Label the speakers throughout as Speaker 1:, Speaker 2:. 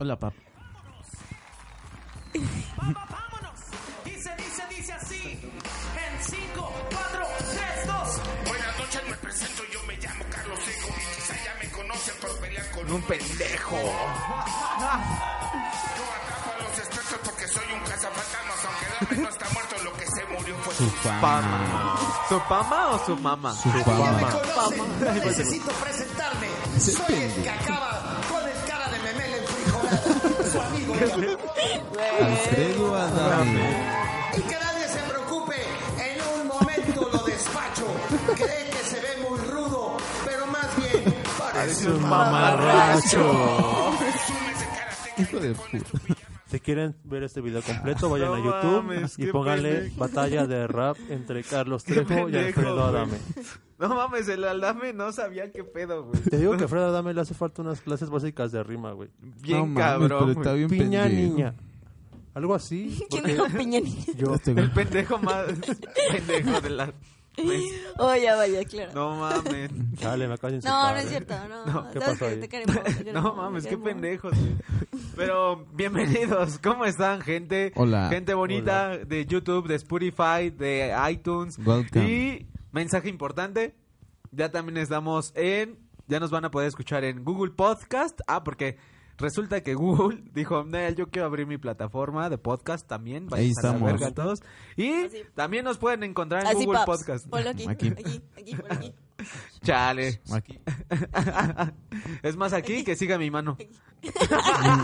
Speaker 1: Hola, pap.
Speaker 2: Vamos, vámonos. Dice, dice, dice así. En 5, 4, 3, 2.
Speaker 3: Buenas noches, me presento, yo me llamo Carlos Seco y quizá ya me conocen por pelear con un pendejo. Yo atrapo a los expertos porque soy un cazafantasmas, aunque Dame no está muerto, lo que se murió fue su
Speaker 1: Pama. ¿Su pama o su mamá?
Speaker 4: Su fama.
Speaker 5: Necesito presentarme. Soy el que acaba con el cara de memel en frijolada. Su amigo.
Speaker 4: Alfredo Adame.
Speaker 5: Y que nadie se preocupe. En un momento lo despacho. Cree que se ve muy rudo, pero más bien parece un
Speaker 1: Mamarracho.
Speaker 4: Hijo de puta.
Speaker 6: Si quieren ver este video completo, vayan a
Speaker 1: No
Speaker 6: YouTube
Speaker 1: mames,
Speaker 6: y
Speaker 1: qué
Speaker 6: pónganle
Speaker 1: pendejo.
Speaker 6: batalla de rap entre Carlos
Speaker 1: Qué
Speaker 6: Trejo y
Speaker 1: pendejo,
Speaker 6: Alfredo
Speaker 1: güey.
Speaker 6: Adame.
Speaker 1: No mames, el Aldame no sabía qué pedo, güey.
Speaker 6: Te digo que a Alfredo Adame le hace falta unas clases básicas de rima, güey.
Speaker 4: No
Speaker 1: Bien
Speaker 4: mames,
Speaker 1: cabrón.
Speaker 4: pero está
Speaker 1: güey.
Speaker 4: bien
Speaker 6: Piña
Speaker 4: pendejo.
Speaker 6: niña. Algo así.
Speaker 7: ¿Quién dijo Peña Nieto?
Speaker 6: Yo.
Speaker 4: Este güey.
Speaker 1: El pendejo más pendejo de la.
Speaker 7: Oh, ya vaya, claro. No,
Speaker 1: No mames.
Speaker 6: Dale, me acabas de
Speaker 7: no,
Speaker 6: insultar,
Speaker 7: es
Speaker 6: eh.
Speaker 7: cierto, no.
Speaker 6: No, ¿qué
Speaker 7: Sabes
Speaker 6: pasó
Speaker 7: que
Speaker 6: ahí?
Speaker 7: te queremos, te
Speaker 1: No
Speaker 7: queremos,
Speaker 1: mames,
Speaker 7: te
Speaker 1: qué
Speaker 7: queremos.
Speaker 1: pendejos. güey. Pero bienvenidos, ¿cómo están, gente?
Speaker 4: Hola.
Speaker 1: Gente bonita de YouTube, de Spotify, de iTunes.
Speaker 4: Welcome.
Speaker 1: Y mensaje importante, ya también estamos en, ya nos van a poder escuchar en Google Podcast. Ah, porque resulta que Google dijo, "Nel, yo quiero abrir mi plataforma de podcast también. Vayan
Speaker 4: Ahí
Speaker 1: a la
Speaker 4: estamos.
Speaker 1: verga todos. Y
Speaker 7: Así.
Speaker 1: también nos pueden encontrar en
Speaker 7: Así,
Speaker 1: Google
Speaker 7: Pops.
Speaker 1: Podcast.
Speaker 7: Ponlo aquí,
Speaker 4: Aquí.
Speaker 7: aquí, aquí, por aquí.
Speaker 1: Chale.
Speaker 4: Aquí.
Speaker 1: es más aquí que siga mi mano.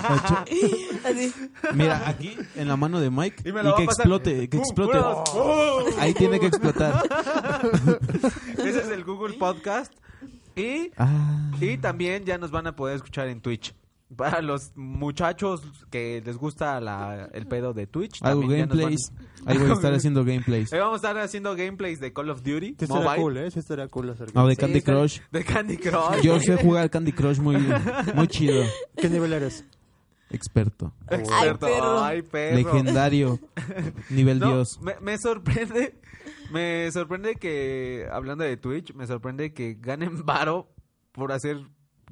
Speaker 7: Así.
Speaker 4: Mira, aquí en la mano de Mike y,
Speaker 1: me la va
Speaker 4: que
Speaker 1: a pasar.
Speaker 4: explote, que
Speaker 1: ¡Pum!
Speaker 4: explote.
Speaker 1: ¡Puros! ¡Oh!
Speaker 4: Ahí tiene que explotar.
Speaker 1: Ese es el Google Podcast. Y,
Speaker 4: Ah,
Speaker 1: y también ya nos van a poder escuchar en Twitch. Para los muchachos que les gusta la- el pedo de Twitch,
Speaker 4: hago
Speaker 1: también ya nos van-
Speaker 4: gameplays. Ahí voy a estar haciendo gameplays.
Speaker 1: Ahí vamos a estar haciendo gameplays de Call of Duty
Speaker 6: Sí estaría
Speaker 1: Mobile.
Speaker 6: cool, ¿eh? Sí estaría cool hacer
Speaker 4: No, de
Speaker 6: gameplays.
Speaker 4: Candy
Speaker 1: está-
Speaker 4: Crush.
Speaker 1: De Candy Crush.
Speaker 4: Yo sé jugar Candy Crush muy, muy chido.
Speaker 6: ¿Qué nivel eres?
Speaker 4: Experto.
Speaker 1: Experto.
Speaker 7: Ay, perro.
Speaker 1: Ay, perro.
Speaker 4: Legendario. Nivel
Speaker 1: No,
Speaker 4: Dios.
Speaker 1: Me, me sorprende, me sorprende que, hablando de Twitch, me sorprende que ganen varo por hacer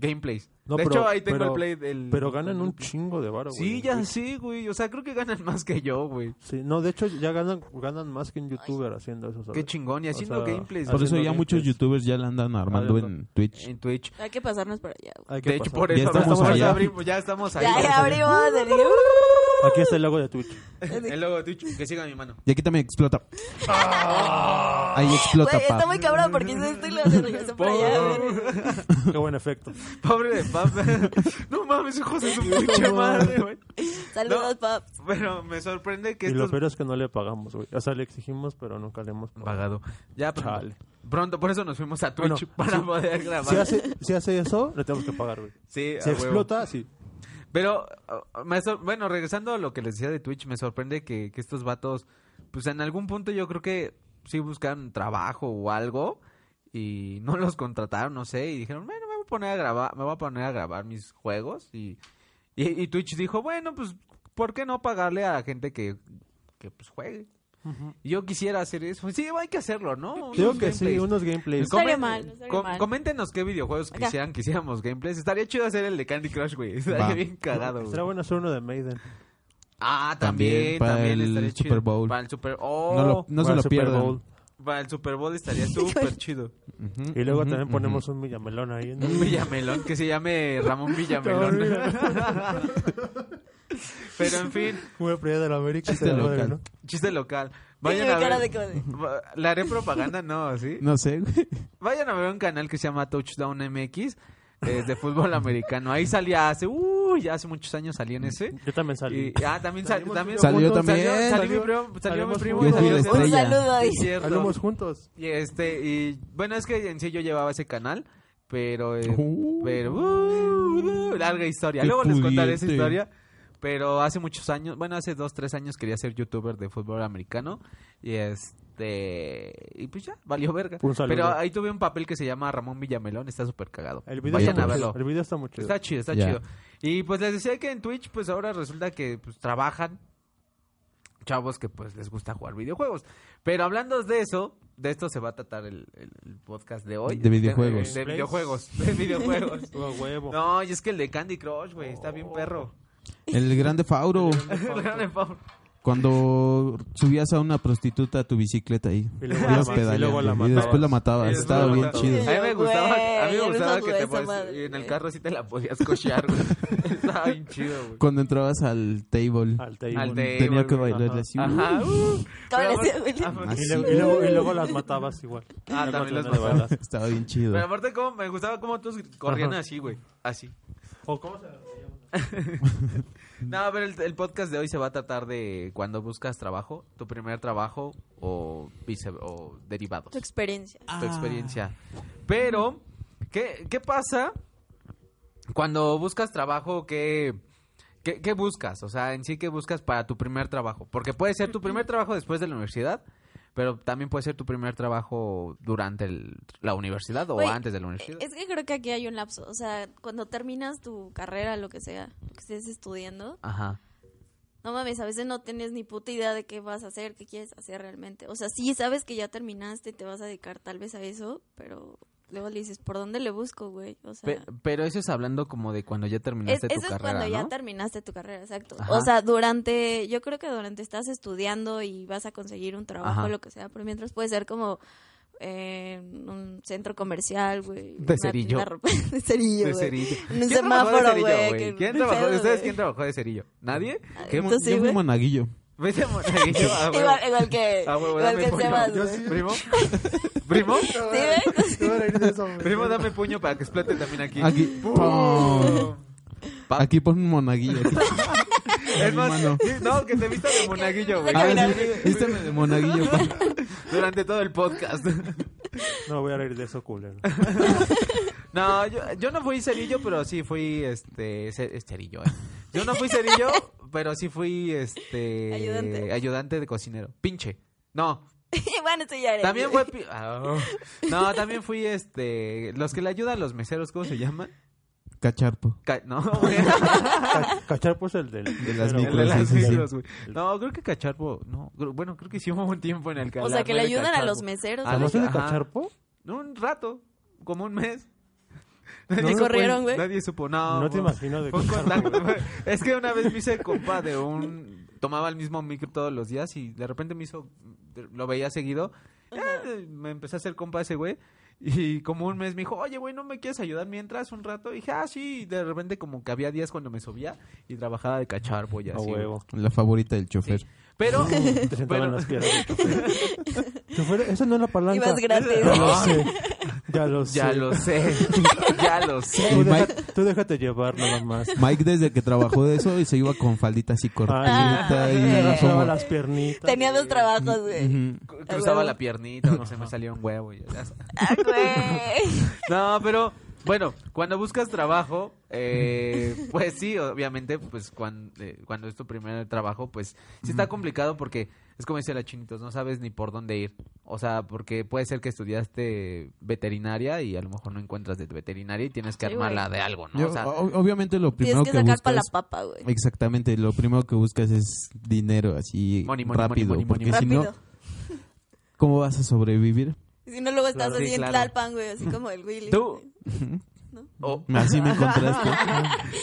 Speaker 1: gameplays.
Speaker 6: No,
Speaker 1: de
Speaker 6: pero-
Speaker 1: hecho, ahí tengo
Speaker 6: pero-
Speaker 1: el play del...
Speaker 6: Pero ganan un
Speaker 1: chingo
Speaker 6: chingo de varo, güey.
Speaker 1: Sí, ya sí, güey. O sea, creo que ganan más que yo, güey.
Speaker 6: Sí, no, de hecho ya ganan, ganan más que un youtuber haciendo eso. ¿sabes?
Speaker 1: Qué chingón. Y haciendo
Speaker 6: sea, pues,
Speaker 1: gameplays
Speaker 4: Por eso
Speaker 6: haciendo
Speaker 4: ya muchos
Speaker 6: gameplays.
Speaker 4: youtubers ya la andan armando en Twitch.
Speaker 1: en Twitch.
Speaker 7: Hay que pasarnos para allá. güey.
Speaker 6: Hay que
Speaker 1: De hecho,
Speaker 6: pasar.
Speaker 1: por
Speaker 4: Ya
Speaker 1: eso
Speaker 4: estamos
Speaker 1: ahora
Speaker 4: allá.
Speaker 1: abrimos- ya estamos ahí.
Speaker 7: Ya,
Speaker 1: vamos
Speaker 7: ya
Speaker 1: allá.
Speaker 7: abrimos el...
Speaker 6: Aquí está el logo de Twitch.
Speaker 1: El logo de Twitch, que siga mi mano.
Speaker 4: Y aquí también explota.
Speaker 1: Ah.
Speaker 4: Ahí explota,
Speaker 7: Güey, está
Speaker 4: pap.
Speaker 7: muy cabrón porque hizo esto y luego se regresó para allá. güey.
Speaker 6: Qué buen efecto.
Speaker 1: Pobre de Pap. no mames, hijos de su pinche madre, güey.
Speaker 7: Saludos,
Speaker 1: No.
Speaker 7: paps.
Speaker 1: Pero me sorprende que
Speaker 6: Y lo
Speaker 1: estos...
Speaker 6: peor es que no le pagamos, güey. O sea, le exigimos, pero nunca le hemos pagado.
Speaker 1: Pagado. Ya, pronto.
Speaker 6: Chale.
Speaker 1: Pronto, por eso nos fuimos a Twitch
Speaker 6: Bueno,
Speaker 1: para
Speaker 6: sí.
Speaker 1: poder grabar.
Speaker 6: Si hace, si hace eso, le tenemos que pagar, güey.
Speaker 1: Sí,
Speaker 6: Si
Speaker 1: a huevo.
Speaker 6: explota, sí.
Speaker 1: Pero, uh, me sor- bueno, regresando a lo que les decía de Twitch, me sorprende que, que estos vatos, pues en algún punto yo creo que sí buscan trabajo o algo y no los contrataron, no sé, y dijeron, bueno, me voy a poner a grabar, me voy a poner a grabar mis juegos y, y, y Twitch dijo, bueno, pues, ¿por qué no pagarle a la gente que, que pues juegue? Y Yo quisiera hacer eso. Sí, hay que hacerlo, ¿no?
Speaker 6: Digo
Speaker 1: Unos
Speaker 6: que sí,
Speaker 1: gameplays.
Speaker 6: unos gameplays.
Speaker 7: No estaría
Speaker 1: Comen-
Speaker 7: mal, no estaría
Speaker 1: com-
Speaker 7: mal.
Speaker 1: Coméntenos qué videojuegos
Speaker 7: Acá.
Speaker 1: quisieran que hiciéramos gameplays. Estaría chido hacer el de Candy Crush, güey. Estaría
Speaker 4: Va.
Speaker 1: bien cagado, güey.
Speaker 6: Será bueno hacer uno de Maiden.
Speaker 1: Ah, también,
Speaker 4: También para
Speaker 1: también
Speaker 4: el
Speaker 1: estaría chido.
Speaker 4: Super Bowl.
Speaker 1: Para el Super oh,
Speaker 4: No, lo- no
Speaker 6: Para
Speaker 4: se lo
Speaker 6: Super
Speaker 4: pierdan.
Speaker 6: Bowl.
Speaker 1: Para el Super Bowl estaría súper chido.
Speaker 4: Ujú,
Speaker 6: Y luego
Speaker 4: ujú,
Speaker 6: también
Speaker 4: ujú.
Speaker 6: ponemos un Villamelón ahí. ¿no?
Speaker 1: Un Villamelón que se llame Ramón Villamelón. Pero en fin,
Speaker 6: Muy fría de la América.
Speaker 4: Chiste
Speaker 6: se la
Speaker 4: local.
Speaker 6: madre, ¿no?
Speaker 1: chiste local.
Speaker 7: Tiene
Speaker 1: Vayan a
Speaker 7: cara de
Speaker 1: ver.
Speaker 7: como de-
Speaker 1: Va- Le haré propaganda, no, ¿sí?
Speaker 4: No sé, güey.
Speaker 1: Vayan a ver un canal que se llama Touchdown MX. Es de fútbol americano. Ahí salía hace, uy, ya hace muchos años salía en ese.
Speaker 6: Yo también salí.
Speaker 1: Y, ah, también, sal- también
Speaker 4: Salió también.
Speaker 1: Salió, salió mi
Speaker 6: Salió.
Speaker 1: primo, salió mi
Speaker 6: Salimos
Speaker 1: primo.
Speaker 6: juntos.
Speaker 1: salió ese-
Speaker 4: Yo fui la
Speaker 7: Un
Speaker 4: Estrella.
Speaker 7: saludo,
Speaker 1: Sí,
Speaker 7: dice.
Speaker 1: cierto.
Speaker 6: Salimos juntos.
Speaker 1: Y este, y bueno, es que en sí yo llevaba ese canal, Pero, eh,
Speaker 4: Uh.
Speaker 1: pero uh, uh, larga historia.
Speaker 4: Qué
Speaker 1: Luego les contaré esa
Speaker 4: pudiente.
Speaker 1: historia. Pero hace muchos años, bueno, hace dos, tres años quería ser youtuber de fútbol americano. Y este. Y pues ya, valió verga.
Speaker 6: Un saludo.
Speaker 1: Pero ahí tuve un papel que se llama Ramón Villamelón, está súper cagado.
Speaker 6: El video,
Speaker 1: Vayan
Speaker 6: está
Speaker 1: a
Speaker 6: muy
Speaker 1: verlo.
Speaker 6: chido. el video está muy chido.
Speaker 1: Está chido, está
Speaker 4: Ya.
Speaker 1: chido. Y pues les decía que en Twitch, pues ahora resulta que pues, trabajan chavos que pues les gusta jugar videojuegos. Pero hablando de eso, de esto se va a tratar el, el- el podcast de hoy.
Speaker 4: De videojuegos.
Speaker 1: De, de videojuegos, de videojuegos.
Speaker 6: Todo huevo.
Speaker 1: No, y es que el de Candy Crush, güey, está bien perro.
Speaker 4: El grande Fauro.
Speaker 1: El grande Pablo.
Speaker 4: Cuando subías a una prostituta a tu bicicleta ahí.
Speaker 6: Y luego
Speaker 4: Ibas
Speaker 6: la ma-
Speaker 4: pedaleando,
Speaker 6: y luego la
Speaker 4: y después la
Speaker 6: matabas.
Speaker 4: matabas.
Speaker 1: Y después
Speaker 4: Ah, Estaba
Speaker 1: la
Speaker 4: bien
Speaker 1: matabas.
Speaker 4: chido.
Speaker 1: A mí me gustaba, a mí
Speaker 7: Güey,
Speaker 1: me
Speaker 7: ya
Speaker 1: gustaba
Speaker 7: nos
Speaker 1: que
Speaker 7: dudó
Speaker 1: te
Speaker 7: esa
Speaker 1: podías,
Speaker 7: madre.
Speaker 1: y en el carro sí te la podías cochear, güey. Estaba bien chido, güey.
Speaker 4: Cuando entrabas al table,
Speaker 6: Al table.
Speaker 1: Al table,
Speaker 4: tenía que
Speaker 1: güey.
Speaker 4: bailarle así.
Speaker 1: Ajá. uh.
Speaker 7: Cámara,
Speaker 1: Pero pues,
Speaker 7: ese güey.
Speaker 1: aparte-
Speaker 4: Ah,
Speaker 6: Y,
Speaker 4: sí.
Speaker 6: luego- y luego, y luego las matabas igual.
Speaker 1: Ah,
Speaker 6: Las
Speaker 1: también las
Speaker 6: matabas.
Speaker 1: matabas.
Speaker 4: uh, Estaba bien chido.
Speaker 1: Pero aparte como me gustaba como todos corrían así, güey. Así.
Speaker 6: ¿O cómo se
Speaker 1: No, a ver, el, el podcast de hoy se va a tratar de cuando buscas trabajo, tu primer trabajo o, vice, o derivados,
Speaker 7: Tu experiencia.
Speaker 1: tu experiencia. Pero, ¿qué, qué pasa cuando buscas trabajo? ¿qué, qué, qué buscas? O sea, en sí, ¿qué buscas para tu primer trabajo? Porque puede ser tu primer trabajo después de la universidad, pero también puede ser tu primer trabajo durante el- la universidad o
Speaker 7: Güey,
Speaker 1: antes de la universidad.
Speaker 7: Es que creo que aquí hay un lapso. O sea, cuando terminas tu carrera, lo que sea, lo que estés estudiando,
Speaker 1: Ajá.
Speaker 7: no mames, a veces no tienes ni puta idea de qué vas a hacer, qué quieres hacer realmente. O sea, sí sabes que ya terminaste, te vas a dedicar tal vez a eso, pero luego le dices, ¿por dónde le busco, güey? O sea,
Speaker 1: Pe- pero eso es hablando como de cuando ya
Speaker 7: es-
Speaker 1: terminaste tu
Speaker 7: eso es
Speaker 1: carrera,
Speaker 7: cuando ya
Speaker 1: ¿no?
Speaker 7: terminaste tu carrera, exacto.
Speaker 1: Ajá.
Speaker 7: O sea, durante, yo creo que durante estás estudiando y vas a conseguir un trabajo,
Speaker 1: Ajá.
Speaker 7: lo que sea, pero mientras puede ser como... eh, un centro comercial, güey.
Speaker 1: De
Speaker 7: una
Speaker 1: cerillo.
Speaker 7: tienda ropa- de cerillo.
Speaker 1: De
Speaker 7: güey.
Speaker 1: cerillo.
Speaker 7: En
Speaker 1: ¿Quién trabajó
Speaker 7: un
Speaker 1: de
Speaker 7: semáforo,
Speaker 1: cerillo,
Speaker 7: güey,
Speaker 1: güey?
Speaker 7: que-
Speaker 1: ¿Quién
Speaker 7: qué
Speaker 1: trabajó?
Speaker 7: pedo,
Speaker 1: ¿Ustedes
Speaker 7: güey. Ah,
Speaker 1: quién trabajó de cerillo? ¿Nadie? ¿Qué mo-
Speaker 4: Yo
Speaker 7: Entonces,
Speaker 4: fui
Speaker 7: güey.
Speaker 4: monaguillo.
Speaker 1: Vete a monaguillo. Ah, huevo.
Speaker 7: Igual, igual que,
Speaker 1: Ah, huevo,
Speaker 7: igual
Speaker 1: dame
Speaker 7: que
Speaker 1: puño.
Speaker 7: Sebas,
Speaker 1: Yo
Speaker 7: güey.
Speaker 1: sí. ¿Primo? ¿Primo?
Speaker 7: ¿Sí, ves?
Speaker 1: Primo, dame puño para que explote también aquí.
Speaker 4: Aquí, pon, aquí pon monaguillo.
Speaker 1: Es
Speaker 4: mi
Speaker 1: más,
Speaker 4: mano.
Speaker 1: sí, no, que te vista de monaguillo, güey.
Speaker 4: Ah,
Speaker 7: Mira,
Speaker 4: sí, vísteme de monaguillo. pa.
Speaker 1: Durante todo el podcast.
Speaker 6: No voy a reír de eso, culero.
Speaker 1: No, yo, yo no fui cerillo, pero sí fui, este, ce- es cerillo, eh. Yo no fui cerillo, pero sí fui, este...
Speaker 7: Ayudante.
Speaker 1: Ayudante de cocinero. Pinche. No,
Speaker 7: bueno, tú ya eres.
Speaker 1: También
Speaker 7: güey.
Speaker 1: fue... pi- Ah, No, también fui este... Los que le ayudan a los meseros, ¿cómo se llaman?
Speaker 4: Cacharpo.
Speaker 1: Ca- No, güey.
Speaker 6: Ca- Cachar, pues, el del...
Speaker 4: De las
Speaker 6: pero-
Speaker 1: El
Speaker 4: micros,
Speaker 1: de
Speaker 4: sí,
Speaker 1: las
Speaker 4: sí, sí.
Speaker 1: meseros, güey. No, creo que Cacharpo... No, creo- bueno, creo que sí hubo un tiempo en el que...
Speaker 7: O sea, que le
Speaker 1: hablar de
Speaker 7: ayudan a
Speaker 1: Cacharpo.
Speaker 7: los meseros.
Speaker 1: Ah,
Speaker 7: ¿no?
Speaker 1: no
Speaker 6: ¿Conoces de
Speaker 1: Ajá.
Speaker 6: Cacharpo?
Speaker 1: Un rato, como un mes.
Speaker 7: Te
Speaker 1: Nadie supo-
Speaker 7: corrieron, güey.
Speaker 1: Nadie supo, no.
Speaker 6: No te
Speaker 1: güey.
Speaker 6: imagino de
Speaker 1: Ah, Fue un
Speaker 6: Cacharpo.
Speaker 1: contacto, güey. Pues, Es que una vez me hice compa de un... Tomaba el mismo micro todos los días y de repente me hizo... Lo veía seguido. Eh, me empecé a hacer compa de ese güey. Y como un mes me dijo, oye, güey, ¿no me quieres ayudar mientras un rato? Y dije, ah, sí. Y de repente como que había días cuando me subía y trabajaba de cachar, y
Speaker 6: A
Speaker 1: así. güey.
Speaker 6: huevo. Mm,
Speaker 4: La favorita del chofer.
Speaker 1: Pero...
Speaker 6: Te sentaban
Speaker 1: pero-
Speaker 6: en las piernas. Chofer, esa no es la palanca.
Speaker 7: Ibas gratis.
Speaker 6: Ya lo sé. Ya lo sé.
Speaker 1: Ya lo sé. ya lo sé.
Speaker 6: Tú,
Speaker 4: Y
Speaker 6: deja-
Speaker 4: Mike-
Speaker 6: tú déjate llevar nada más.
Speaker 4: Mike desde que trabajó de eso y se iba con faldita así cortita
Speaker 7: Ay,
Speaker 4: y
Speaker 7: ay,
Speaker 4: como-
Speaker 6: Bajaba las piernitas.
Speaker 7: Tenía dos trabajos, güey.
Speaker 4: Ujú.
Speaker 1: Cru- Cruzaba
Speaker 7: huevo.
Speaker 1: la piernita, o que se me salía un huevo. y ya sabes.
Speaker 7: Ah, güey.
Speaker 1: No, pero bueno, cuando buscas trabajo, eh, pues sí, obviamente, pues cuando, cuando es tu primer trabajo, pues sí está complicado porque es como dice la chinitos, no sabes ni por dónde ir. O sea, porque puede ser que estudiaste veterinaria y a lo mejor no encuentras de tu veterinaria y tienes que
Speaker 7: Sí, güey.
Speaker 1: armarla de algo, ¿no?
Speaker 4: Yo- oh,
Speaker 1: o sea,
Speaker 4: o- obviamente lo primero
Speaker 7: Tienes
Speaker 4: que,
Speaker 7: que sacar
Speaker 4: buscas
Speaker 7: para la papa, güey.
Speaker 4: exactamente lo primero que buscas es dinero así
Speaker 1: Money, money,
Speaker 4: rápido
Speaker 1: money, money,
Speaker 4: porque
Speaker 1: money,
Speaker 4: si
Speaker 7: Rápido.
Speaker 4: no cómo vas a sobrevivir
Speaker 7: Si no, luego estás
Speaker 1: Claro.
Speaker 7: así
Speaker 1: Sí,
Speaker 7: en
Speaker 1: claro.
Speaker 7: Tlalpan, güey, así como el Willy.
Speaker 1: tú.
Speaker 7: ¿No?
Speaker 1: Oh,
Speaker 4: así me encontraste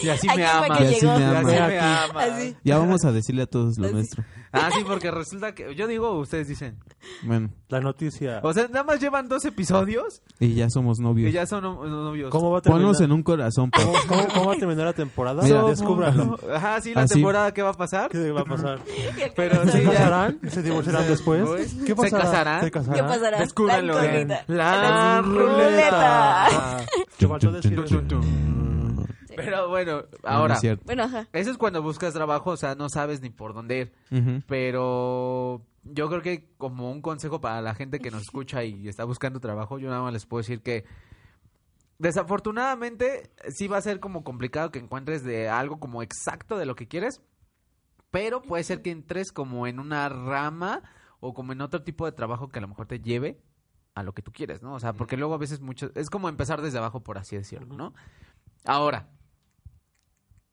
Speaker 1: y así
Speaker 7: Aquí
Speaker 1: me
Speaker 7: fue
Speaker 1: amas.
Speaker 7: que
Speaker 4: Y así
Speaker 7: llegó.
Speaker 1: Y
Speaker 4: me
Speaker 1: así
Speaker 4: ama.
Speaker 1: me amas.
Speaker 7: Así.
Speaker 4: ya vamos a decirle a todos lo
Speaker 7: Así.
Speaker 4: nuestro
Speaker 1: Ah, sí, porque resulta que. Yo digo, ustedes dicen.
Speaker 4: bueno
Speaker 6: La noticia.
Speaker 1: O sea, nada más llevan dos episodios
Speaker 4: y ya somos
Speaker 1: y
Speaker 4: novios
Speaker 1: ya son no- novios.
Speaker 6: ¿Cómo va a terminar?
Speaker 4: ponlos en un corazón pa.
Speaker 6: ¿Cómo, cómo- cómo va a terminar la temporada?
Speaker 4: Mira.
Speaker 6: Descúbralo.
Speaker 1: Ajá, sí, la
Speaker 4: Así.
Speaker 1: temporada que va a pasar.
Speaker 6: ¿Qué va a pasar?
Speaker 1: Pero
Speaker 6: ¿Se
Speaker 1: sí, ya.
Speaker 6: casarán? ¿Se divorciarán después?
Speaker 1: Pues,
Speaker 6: ¿Qué pasará?
Speaker 1: ¿Se casarán?
Speaker 6: ¿Se
Speaker 7: ¿Qué
Speaker 6: casarán?
Speaker 7: pasará?
Speaker 1: Descúbranlo
Speaker 7: La
Speaker 1: en
Speaker 7: incógnita.
Speaker 1: la
Speaker 7: ruleta.
Speaker 1: Ah, ruleta.
Speaker 6: Te faltó decir
Speaker 1: Tum,
Speaker 6: eso.
Speaker 1: tum, tum.
Speaker 7: Sí.
Speaker 1: Pero bueno,
Speaker 4: No, no
Speaker 1: ahora.
Speaker 4: es cierto.
Speaker 7: Bueno, ajá.
Speaker 1: Eso es cuando buscas trabajo, o sea, no sabes ni por dónde ir.
Speaker 4: Ujú.
Speaker 1: Pero yo creo que como un consejo para la gente que nos escucha y está buscando trabajo, yo nada más les puedo decir que Desafortunadamente, sí va a ser como complicado que encuentres de algo como exacto de lo que quieres, pero puede ser que entres como en una rama o como en otro tipo de trabajo que a lo mejor te lleve a lo que tú quieres, ¿no? O sea, porque luego a veces mucho es como empezar desde abajo, por así decirlo, ¿no? Ahora,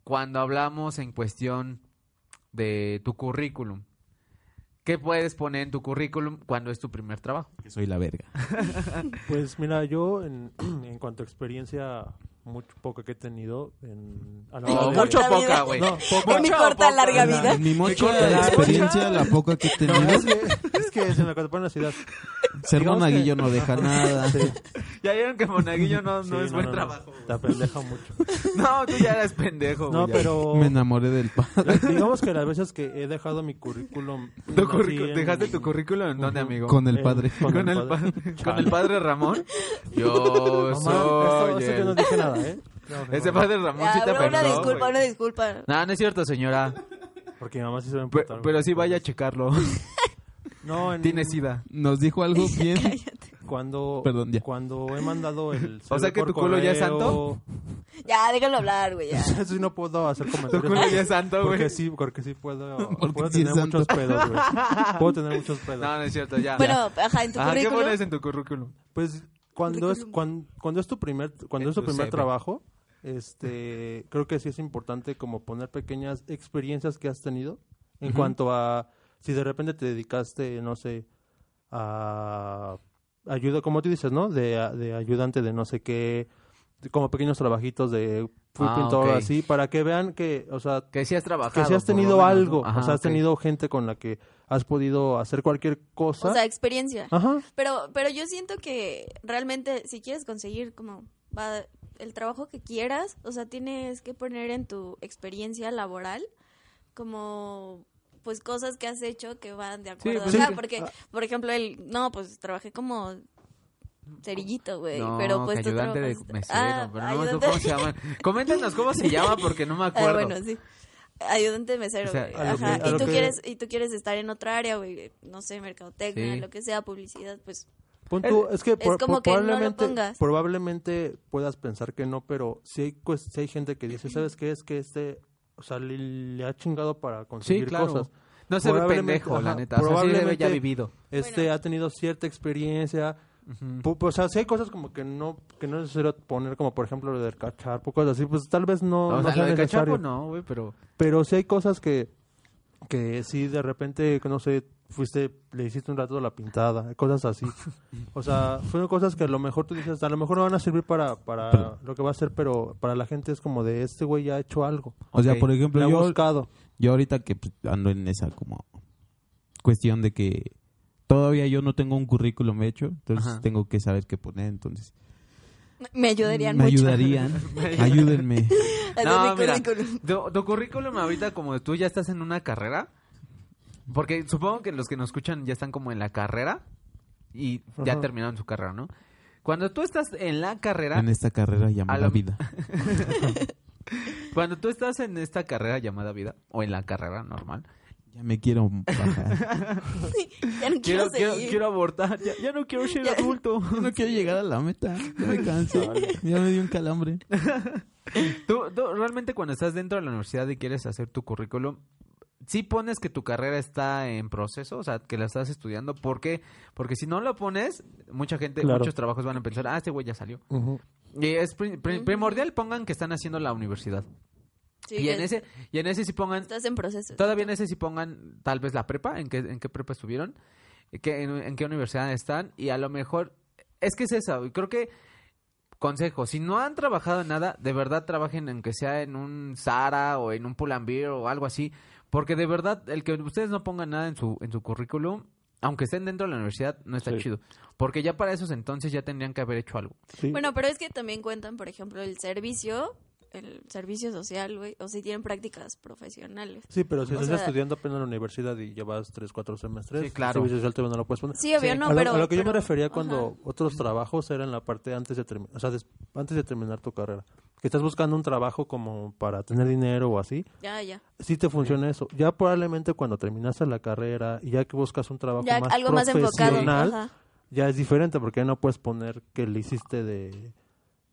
Speaker 1: cuando hablamos en cuestión de tu currículum, ¿qué puedes poner en tu currículum cuando es tu primer trabajo?
Speaker 4: Que soy la verga.
Speaker 6: Pues mira, yo en, en cuanto a experiencia, muy poca que he tenido en... a la hora de-
Speaker 1: mucho
Speaker 7: corta
Speaker 1: poca,
Speaker 7: vida.
Speaker 1: güey.
Speaker 6: No, poca.
Speaker 7: En mi corta larga
Speaker 4: En la-
Speaker 7: vida.
Speaker 4: en mi mocha
Speaker 1: ¿Qué
Speaker 4: de la
Speaker 1: quieres?
Speaker 4: experiencia, la poca que he tenido.
Speaker 6: Es que, es que se me acató la ciudad.
Speaker 4: Ser
Speaker 6: Digamos
Speaker 4: monaguillo
Speaker 6: que-
Speaker 4: no deja nada.
Speaker 1: Ya vieron que Monaguillo no, no
Speaker 6: Sí,
Speaker 1: es buen trabajo.
Speaker 6: Te apendeja mucho.
Speaker 1: No, tú ya eres pendejo,
Speaker 6: No,
Speaker 1: güey.
Speaker 6: pero...
Speaker 4: Me enamoré del padre.
Speaker 6: Digamos que las veces que he dejado mi currículum...
Speaker 1: Tu
Speaker 6: así
Speaker 1: currículum-
Speaker 6: en- eh,
Speaker 1: ¿Dejaste tu currículum en dónde, amigo?
Speaker 4: Con el padre.
Speaker 6: con,
Speaker 1: Con el,
Speaker 6: padre.
Speaker 1: padre, con el padre Ramón. Yo
Speaker 6: No, man,
Speaker 1: soy.
Speaker 6: eso, eso yo
Speaker 1: el-
Speaker 6: no dije nada, ¿eh? No, no,
Speaker 1: Ese
Speaker 6: no.
Speaker 1: padre Ramón
Speaker 7: Ya,
Speaker 1: sí te
Speaker 7: una, una
Speaker 1: perdonó,
Speaker 7: disculpa,
Speaker 1: güey.
Speaker 7: una disculpa.
Speaker 1: No, no es cierto, señora.
Speaker 6: Porque mi mamá sí se va a
Speaker 1: Pe-
Speaker 6: emputar.
Speaker 1: Pero, sí vaya a checarlo.
Speaker 6: No, en-
Speaker 1: Tiene sida.
Speaker 4: Nos dijo algo bien.
Speaker 6: Cuando,
Speaker 4: Perdón, ya.
Speaker 6: cuando he mandado el...
Speaker 1: O sea que tu culo ya es santo.
Speaker 7: Ya, déjalo hablar, güey. ya.
Speaker 6: Eso sí no puedo hacer
Speaker 1: Tu
Speaker 6: comentarios.
Speaker 1: culo ya es santo, güey.
Speaker 6: Porque sí, porque sí puedo,
Speaker 4: Porque
Speaker 6: puedo
Speaker 4: sí es
Speaker 6: tener
Speaker 4: santo.
Speaker 6: muchos pedos, güey. Puedo tener muchos pedos.
Speaker 1: No, no es cierto, ya.
Speaker 7: Bueno, ajá, en tu
Speaker 1: Ajá, ¿qué
Speaker 7: currículum.
Speaker 1: pones en tu currículum?
Speaker 6: Pues cuando es
Speaker 7: Currículum.
Speaker 6: cuan- cuando es tu primer cuando
Speaker 1: En
Speaker 6: es tu
Speaker 1: tu
Speaker 6: primer
Speaker 1: CV.
Speaker 6: trabajo, este creo que sí es importante como poner pequeñas experiencias que has tenido en cuanto a si de repente te dedicaste, no sé, a ayuda, como tú dices, ¿no? De, a- de ayudante de no sé qué, de como pequeños trabajitos de fui
Speaker 1: Ah,
Speaker 6: pintor
Speaker 1: ok.
Speaker 6: así para que vean que, o sea,
Speaker 1: Que si has trabajado.
Speaker 6: que si has
Speaker 1: por lo
Speaker 6: tenido
Speaker 1: menos, ¿no?
Speaker 6: algo,
Speaker 1: Ajá,
Speaker 6: o sea, has
Speaker 1: ok.
Speaker 6: tenido gente con la que has podido hacer cualquier cosa.
Speaker 7: O
Speaker 1: ¿Ah?
Speaker 7: sea, experiencia.
Speaker 6: Ajá.
Speaker 7: Pero, pero yo siento que realmente si quieres conseguir como va el trabajo que quieras, o sea, tienes que poner en tu experiencia laboral como pues cosas que has hecho que van de acuerdo.
Speaker 1: pues
Speaker 7: o sea,
Speaker 1: sí.
Speaker 7: porque, por ejemplo, el no, pues trabajé como cerillito, güey,
Speaker 1: No,
Speaker 7: pero pues
Speaker 1: que
Speaker 7: tú
Speaker 1: ayudante de
Speaker 7: trabajas-
Speaker 1: mesero,
Speaker 7: Ah,
Speaker 1: pero no me acuerdo
Speaker 7: ayudante-
Speaker 1: cómo se llama. Coméntanos cómo se llama porque no me
Speaker 7: Ah,
Speaker 1: acuerdo.
Speaker 7: bueno, sí. Ayudante de mesero,
Speaker 1: O sea,
Speaker 7: güey.
Speaker 6: a lo
Speaker 7: Ajá.
Speaker 6: que- a
Speaker 7: y,
Speaker 6: lo
Speaker 7: tú
Speaker 6: que-
Speaker 7: quieres, y tú quieres estar en otra área, güey. No sé, mercadotecnia,
Speaker 1: Sí.
Speaker 7: lo que sea, publicidad, pues
Speaker 6: Pon tú, es que, por- por-
Speaker 7: como que no lo
Speaker 6: probablemente,
Speaker 7: pongas.
Speaker 6: probablemente puedas pensar que no, pero si hay, cues- sí hay gente que dice, ¿sabes qué? Es que este, o sea, le, le ha chingado para
Speaker 1: sí,
Speaker 6: conseguir
Speaker 1: claro.
Speaker 6: cosas.
Speaker 1: No se ve
Speaker 6: Probablemente-
Speaker 1: pendejo, la
Speaker 6: ajá,
Speaker 1: neta. O sea, sí debe ya
Speaker 6: probablemente-
Speaker 1: vivido.
Speaker 6: Este
Speaker 7: Bueno.
Speaker 6: ha tenido cierta experiencia. Pu- O sea, si hay cosas como que no, que no es necesario poner, como por ejemplo lo del cacharpo, cosas así, pues tal vez no,
Speaker 1: o
Speaker 6: no
Speaker 1: sea,
Speaker 6: sea
Speaker 1: lo de
Speaker 6: necesario.
Speaker 1: cachapo no, güey, pero...
Speaker 6: Pero si hay cosas que, que sí, de repente, que no sé, fuiste, le hiciste un rato la pintada, cosas así. O sea, fueron cosas que a lo mejor tú dices, a lo mejor no van a servir para, para lo que va a hacer, pero para la gente es como de, este güey ya ha hecho algo.
Speaker 4: O sea,
Speaker 1: Ok.
Speaker 4: por
Speaker 6: Le
Speaker 4: ejemplo,
Speaker 6: ha
Speaker 4: yo,
Speaker 6: buscado.
Speaker 4: yo ahorita que pues, ando en esa como cuestión de que todavía yo no tengo un currículum hecho, entonces
Speaker 1: Ajá.
Speaker 4: tengo que saber qué poner, entonces
Speaker 7: me ayudarían
Speaker 4: me
Speaker 7: mucho.
Speaker 4: ayudarían, ayúdenme.
Speaker 7: Así
Speaker 1: No,
Speaker 7: mi
Speaker 1: mira,
Speaker 7: currículum.
Speaker 1: tu, tu currículum ahorita, como tú ya estás en una carrera, porque supongo que los que nos escuchan ya están como en la carrera y ya
Speaker 6: Ajá.
Speaker 1: terminaron su carrera, ¿no? Cuando tú estás en la carrera,
Speaker 4: En esta carrera
Speaker 1: A
Speaker 4: llamada
Speaker 1: lo-
Speaker 4: vida.
Speaker 1: cuando tú estás en esta carrera llamada vida, o en la carrera normal,
Speaker 4: Ya me quiero bajar.
Speaker 7: Ya
Speaker 1: quiero,
Speaker 7: no quiero,
Speaker 1: quiero,
Speaker 7: seguir.
Speaker 1: quiero abortar, ya, ya no quiero ser
Speaker 7: Ya.
Speaker 1: adulto.
Speaker 4: Yo no quiero llegar a la meta, ya me canso, ya me dio un calambre.
Speaker 1: ¿Tú, tú realmente cuando estás dentro de la universidad y quieres hacer tu currículum, sí pones que tu carrera está en proceso, o sea, que la estás estudiando, ¿por qué? Porque si no lo pones, mucha gente,
Speaker 6: Claro.
Speaker 1: muchos trabajos van a pensar, ah, este güey ya salió. Y es pri- pri- primordial pongan que están haciendo la universidad.
Speaker 7: Sí,
Speaker 1: y en
Speaker 7: ya
Speaker 1: ese y en ese sí pongan
Speaker 7: Estás en proceso.
Speaker 1: Todavía en ese sí pongan tal vez la prepa, en qué, en qué prepa estuvieron, qué- en, en qué universidad están, y a lo mejor, es que es eso, y creo que, consejo, si no han trabajado en nada, de verdad trabajen en que sea en un Zara o en un Pull&Bear o algo así, porque de verdad, el que ustedes no pongan nada en su, en su currículum, aunque estén dentro de la universidad, no está
Speaker 6: Sí.
Speaker 1: chido, porque ya para esos entonces ya tendrían que haber hecho algo.
Speaker 6: Sí.
Speaker 7: Bueno, pero es que también cuentan, por ejemplo, el servicio, el servicio social, güey, o si tienen prácticas profesionales.
Speaker 6: Sí, pero si
Speaker 7: O
Speaker 6: estás
Speaker 7: sea-
Speaker 6: estudiando apenas en la universidad y llevas 3, 4 semestres,
Speaker 1: Sí, claro.
Speaker 6: el servicio social todavía no lo puedes poner.
Speaker 7: Sí, obvio,
Speaker 1: Sí.
Speaker 7: no,
Speaker 6: a, lo,
Speaker 7: pero...
Speaker 6: a lo que yo me
Speaker 7: pero-
Speaker 6: refería
Speaker 7: ajá.
Speaker 6: cuando otros trabajos eran la parte antes de terminar, o sea, des- antes de terminar tu carrera. Que estás buscando un trabajo como para tener dinero o así,
Speaker 7: Ya, ya.
Speaker 6: sí te funciona eso. Ya probablemente cuando terminaste la carrera y ya que buscas un trabajo
Speaker 7: Ya
Speaker 6: más
Speaker 7: algo más
Speaker 6: profesional,
Speaker 7: enfocado. Ajá.
Speaker 6: ya es diferente porque ya no puedes poner que le hiciste de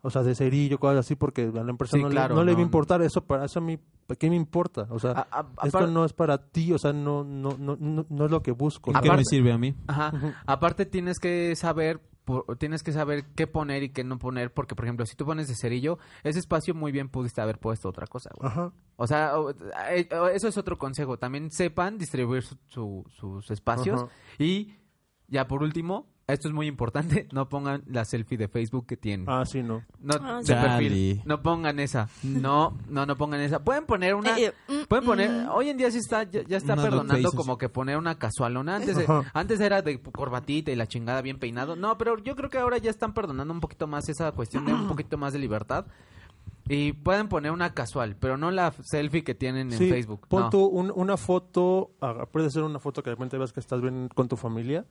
Speaker 6: o sea, de cerillo, cosas así, porque a la empresa
Speaker 1: Sí,
Speaker 6: no, le-
Speaker 1: claro,
Speaker 6: no le
Speaker 1: no,
Speaker 6: va a importar. Eso para eso a mí, ¿para ¿qué me importa? O sea,
Speaker 1: A- a-
Speaker 6: Ah, esto
Speaker 1: apar-
Speaker 6: no es para ti, o sea, no, no, no, no, no es lo que busco.
Speaker 4: ¿En qué
Speaker 1: Aparte-
Speaker 4: me sirve a mí?
Speaker 1: Ajá. Aparte tienes que saber por- tienes que saber qué poner y qué no poner porque por ejemplo si tú pones de cerillo ese espacio muy bien pudiste haber puesto otra cosa güey.
Speaker 6: Ajá.
Speaker 1: o sea o- eh, o- eso es otro consejo también sepan distribuir su- su- sus espacios
Speaker 6: Ajá.
Speaker 1: y ya por último esto es muy importante no pongan la selfie de Facebook que tienen
Speaker 6: Ah, sí, no.
Speaker 1: no
Speaker 7: Ah,
Speaker 1: de
Speaker 7: sí.
Speaker 1: perfil
Speaker 4: Chale.
Speaker 1: no pongan esa no no no pongan esa pueden poner una
Speaker 7: Eh, mm,
Speaker 1: Pueden poner,
Speaker 7: mm.
Speaker 1: hoy en día sí está, ya, ya está
Speaker 4: Una
Speaker 1: perdonando
Speaker 4: Faces.
Speaker 1: como que poner una casualona. Antes, eh,
Speaker 6: Ajá.
Speaker 1: antes era de corbatita y la chingada bien peinado. No, pero yo creo que ahora ya están perdonando un poquito más esa cuestión de un poquito más de libertad. Y pueden poner una casual, pero no la selfie que tienen en
Speaker 6: Sí,
Speaker 1: Facebook.
Speaker 6: Pon
Speaker 1: no.
Speaker 6: tú un- una foto, ah, puede ser una foto que de repente ves que estás bien con tu familia,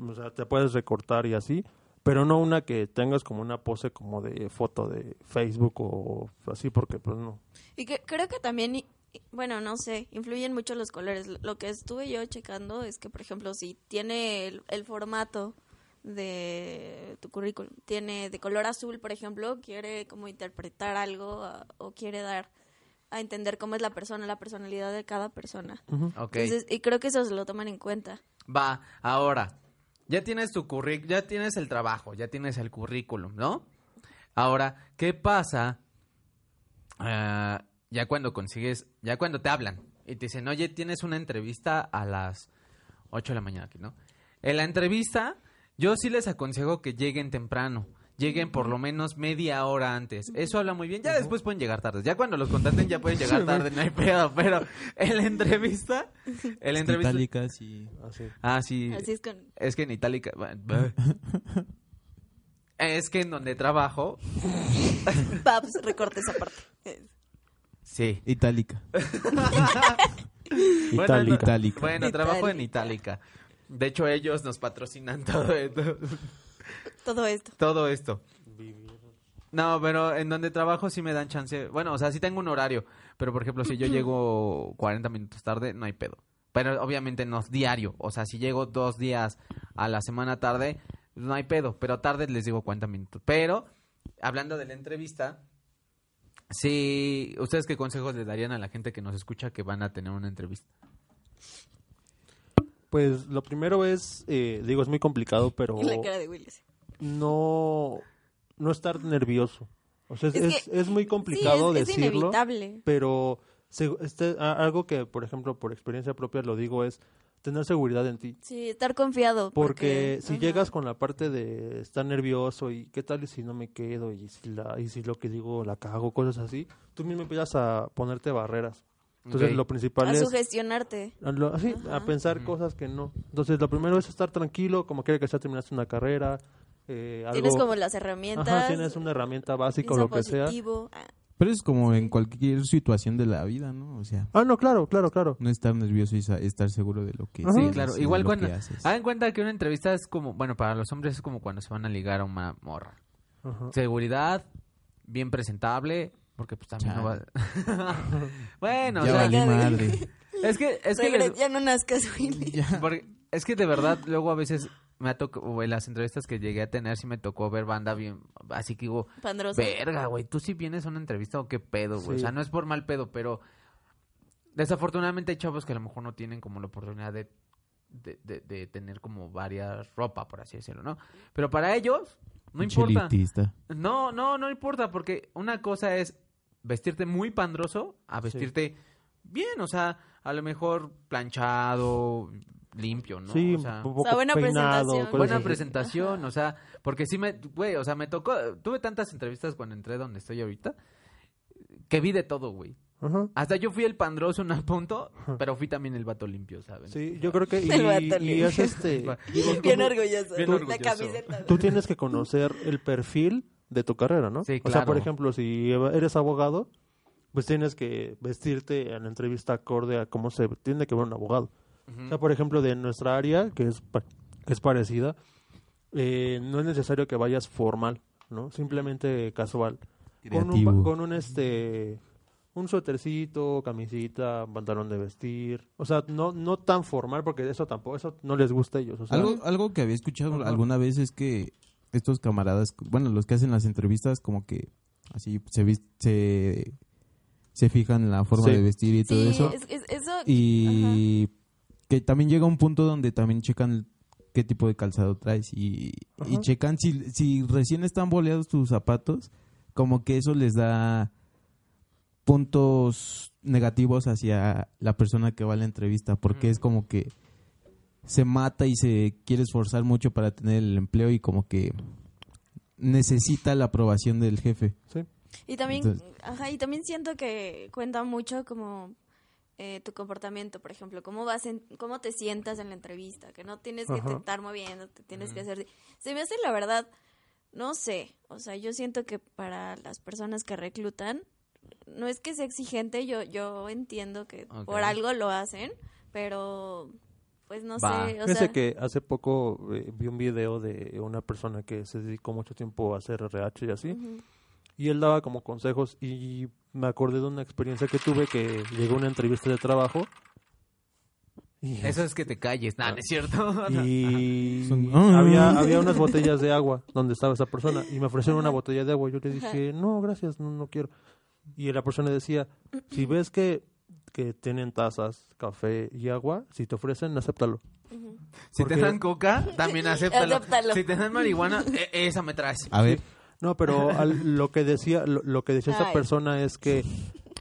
Speaker 6: o sea, te puedes recortar y así, pero no una que tengas como una pose como de foto de Facebook o así, porque pues no.
Speaker 7: Y que- creo que también, y- y- bueno, no sé, influyen mucho los colores. Lo- Lo que estuve yo checando es que, por ejemplo, si tiene el, el formato de tu currículum, tiene de color azul, por ejemplo, quiere como interpretar algo a- o quiere dar a entender cómo es la persona, la personalidad de cada persona.
Speaker 1: Ok.
Speaker 7: Entonces, y creo que eso se lo toman en cuenta.
Speaker 1: Va, ahora. Ya tienes tu currículum, ya tienes el trabajo, ya tienes el currículum, ¿no? Ahora, ¿qué pasa? ah, ya cuando consigues, ya cuando te hablan y te dicen, oye, tienes una entrevista a las 8 de la mañana aquí, ¿no? En la entrevista, yo sí les aconsejo que lleguen temprano. Lleguen por lo menos media hora antes. Eso habla muy bien. Ya después pueden llegar tarde. Ya cuando los contraten ya pueden llegar tarde, no hay pedo. Pero en la entrevista... En la entrevista...
Speaker 4: Itálicas y...
Speaker 6: Así.
Speaker 1: Ah, sí.
Speaker 7: Así es con...
Speaker 1: Es que en Itálica. Es que en donde trabajo.
Speaker 7: Paps, recorte esa parte.
Speaker 1: Sí.
Speaker 4: Itálica.
Speaker 1: Bueno, en-
Speaker 6: Itálica.
Speaker 4: Itálica.
Speaker 1: Bueno, trabajo en Itálica. De hecho, ellos nos patrocinan todo esto.
Speaker 7: Todo esto.
Speaker 1: Todo esto. No, pero en donde trabajo sí me dan chance. Bueno, o sea, sí tengo un horario. Pero, por ejemplo, si yo llego 40 minutos tarde, no hay pedo. Pero obviamente no es diario. O sea, si llego dos días a la semana tarde, no hay pedo. Pero tarde les digo 40 minutos. Pero, hablando de la entrevista, sí, ¿ustedes qué consejos le darían a la gente que nos escucha que van a tener una entrevista?
Speaker 6: Pues lo primero es, eh, digo, es muy complicado, pero
Speaker 7: En la cara de Willis.
Speaker 6: no, no estar nervioso. O sea, es,
Speaker 7: Es
Speaker 6: es,
Speaker 7: que-
Speaker 6: es muy complicado
Speaker 7: sí, es, es
Speaker 6: decirlo.
Speaker 7: inevitable.
Speaker 6: pero se- este, a- algo que, por ejemplo, por experiencia propia lo digo es tener seguridad en ti.
Speaker 7: Sí, estar confiado.
Speaker 6: Porque si
Speaker 7: ajá.
Speaker 6: llegas con la parte de estar nervioso y qué tal y si no me quedo y si, la, y si lo que digo la cago, cosas así, tú mismo empiezas a ponerte barreras. Entonces
Speaker 1: Ok.
Speaker 6: lo principal
Speaker 7: a
Speaker 6: es
Speaker 7: sugestionarte.
Speaker 6: a, lo- así, a
Speaker 7: Ajá.
Speaker 6: pensar cosas que no. Entonces lo primero es estar tranquilo, como quiera que sea, terminaste una carrera. eh, algo,
Speaker 7: Tienes como las
Speaker 6: Ajá,
Speaker 7: herramientas.
Speaker 6: tienes una herramienta básica o
Speaker 7: piensa
Speaker 6: lo que sea.
Speaker 7: positivo. Ah,
Speaker 4: Pero es como en cualquier situación de la vida, ¿no? O sea,
Speaker 6: Ah, no, claro, claro, claro.
Speaker 4: no estar nervioso y sa- estar seguro de lo que
Speaker 6: Ajá.
Speaker 1: Sí,
Speaker 4: eres
Speaker 1: claro.
Speaker 4: y
Speaker 1: Igual
Speaker 4: lo
Speaker 1: cuando...
Speaker 4: que haces.
Speaker 1: Hagan cuenta que una entrevista es como... Bueno, para los hombres es como cuando se van a ligar a una morra.
Speaker 6: Ajá.
Speaker 1: Seguridad, bien presentable, porque pues también no
Speaker 4: Chale.
Speaker 1: va... bueno, o
Speaker 4: ya
Speaker 1: sea,
Speaker 4: valí
Speaker 7: ya de-
Speaker 4: madre.
Speaker 1: es que... Es que,
Speaker 7: regre-
Speaker 1: les-
Speaker 7: Ya no nazcas, Willy.
Speaker 1: porque- es que de verdad, luego a veces me ha tocado... o En las entrevistas que llegué a tener sí me tocó ver banda bien... Así que digo,
Speaker 7: Pandrosa.
Speaker 1: verga, güey, tú sí vienes a una entrevista o qué pedo, güey. O
Speaker 6: Sí.
Speaker 1: sea, no es por mal pedo, pero... Desafortunadamente hay chavos que a lo mejor no tienen como la oportunidad de... De, de- de tener como varias ropa, por así decirlo, ¿no? Pero para ellos, no
Speaker 4: Pinche
Speaker 1: importa.
Speaker 4: elitista.
Speaker 1: No, no, no importa, porque una cosa es vestirte muy pandroso a vestirte bien, o sea, a lo mejor planchado, limpio, ¿no?
Speaker 6: Sí,
Speaker 1: O sea,
Speaker 6: un poco
Speaker 7: O sea, buena
Speaker 6: peinado,
Speaker 7: presentación.
Speaker 6: cosas
Speaker 1: buena
Speaker 6: así.
Speaker 1: presentación, o sea, porque sí me, güey, o sea, me tocó, tuve tantas entrevistas cuando entré donde estoy ahorita, que vi de todo, güey.
Speaker 6: Ajá.
Speaker 1: Hasta yo fui el pandroso en un punto, pero fui también el vato limpio, ¿saben?
Speaker 6: Sí, yo creo que y,
Speaker 7: El vato
Speaker 6: y
Speaker 7: limpio.
Speaker 6: es este,
Speaker 7: Bien orgulloso.
Speaker 1: Bien
Speaker 7: la
Speaker 1: orgulloso.
Speaker 7: camiseta.
Speaker 6: tú tienes que conocer el perfil de tu carrera, ¿no?
Speaker 1: Sí,
Speaker 6: O sea, por
Speaker 1: claro.
Speaker 6: ejemplo, si eres abogado, pues tienes que vestirte en la entrevista acorde a cómo se tiene que ver un abogado. O sea, por ejemplo, de nuestra área, que es, pa- que es parecida, eh, no es necesario que vayas formal, ¿no? Simplemente casual. Con un,
Speaker 4: Creativo.
Speaker 6: pa- con un, este un suétercito, camisita, pantalón de vestir, o sea, no no tan formal porque eso tampoco eso no les gusta a ellos, o sea,
Speaker 4: Algo, algo que había escuchado
Speaker 6: Ajá.
Speaker 4: alguna vez es que estos camaradas, bueno, los que hacen las entrevistas, como que así se vis- se, se fijan en la forma
Speaker 6: Sí.
Speaker 4: de vestir y todo
Speaker 7: Sí,
Speaker 4: eso.
Speaker 7: es- es- eso
Speaker 4: Y que también llega un punto donde también checan qué tipo de calzado traes y, y
Speaker 6: Ajá.
Speaker 4: checan si, si recién están boleados tus zapatos, como que eso les da puntos negativos hacia la persona que va a la entrevista, porque es como que se mata y se quiere esforzar mucho para tener el empleo y como que necesita la aprobación del jefe.
Speaker 6: Sí.
Speaker 7: Y también,
Speaker 4: Entonces-
Speaker 7: ajá, y también siento que cuenta mucho como eh, tu comportamiento, por ejemplo, cómo vas en- cómo te sientas en la entrevista, que no tienes que
Speaker 6: Ajá.
Speaker 7: te estar moviendo, te tienes que hacer. Se me hace la verdad, no sé, o sea, yo siento que para las personas que reclutan no es que sea exigente, yo yo entiendo que
Speaker 1: Ok.
Speaker 7: por algo lo hacen, pero pues no
Speaker 1: Va.
Speaker 7: sé, o
Speaker 6: Fíjense
Speaker 7: sea,
Speaker 6: que hace poco eh, vi un video de una persona que se dedicó mucho tiempo a hacer RH y así.
Speaker 7: ujú,
Speaker 6: Y él daba como consejos y me acordé de una experiencia que tuve que llegó a una entrevista de trabajo. Y,
Speaker 1: Eso es que te calles, nada, no es cierto.
Speaker 6: Ah. y
Speaker 4: Son-
Speaker 6: había, había unas botellas de agua donde estaba esa persona y me ofrecieron una botella de agua. Yo le dije, no, gracias, no, no quiero. Y la persona decía, si ves que, que tienen tazas, café y agua, si te ofrecen, acéptalo.
Speaker 7: ujú.
Speaker 1: Si
Speaker 6: porque-
Speaker 1: te dan coca, también acéptalo.
Speaker 7: Acéptalo.
Speaker 1: Si te dan marihuana, e- esa me traes.
Speaker 4: A ver,
Speaker 6: No, pero al- lo que decía, lo, lo que decía esta
Speaker 7: Ay.
Speaker 6: persona es que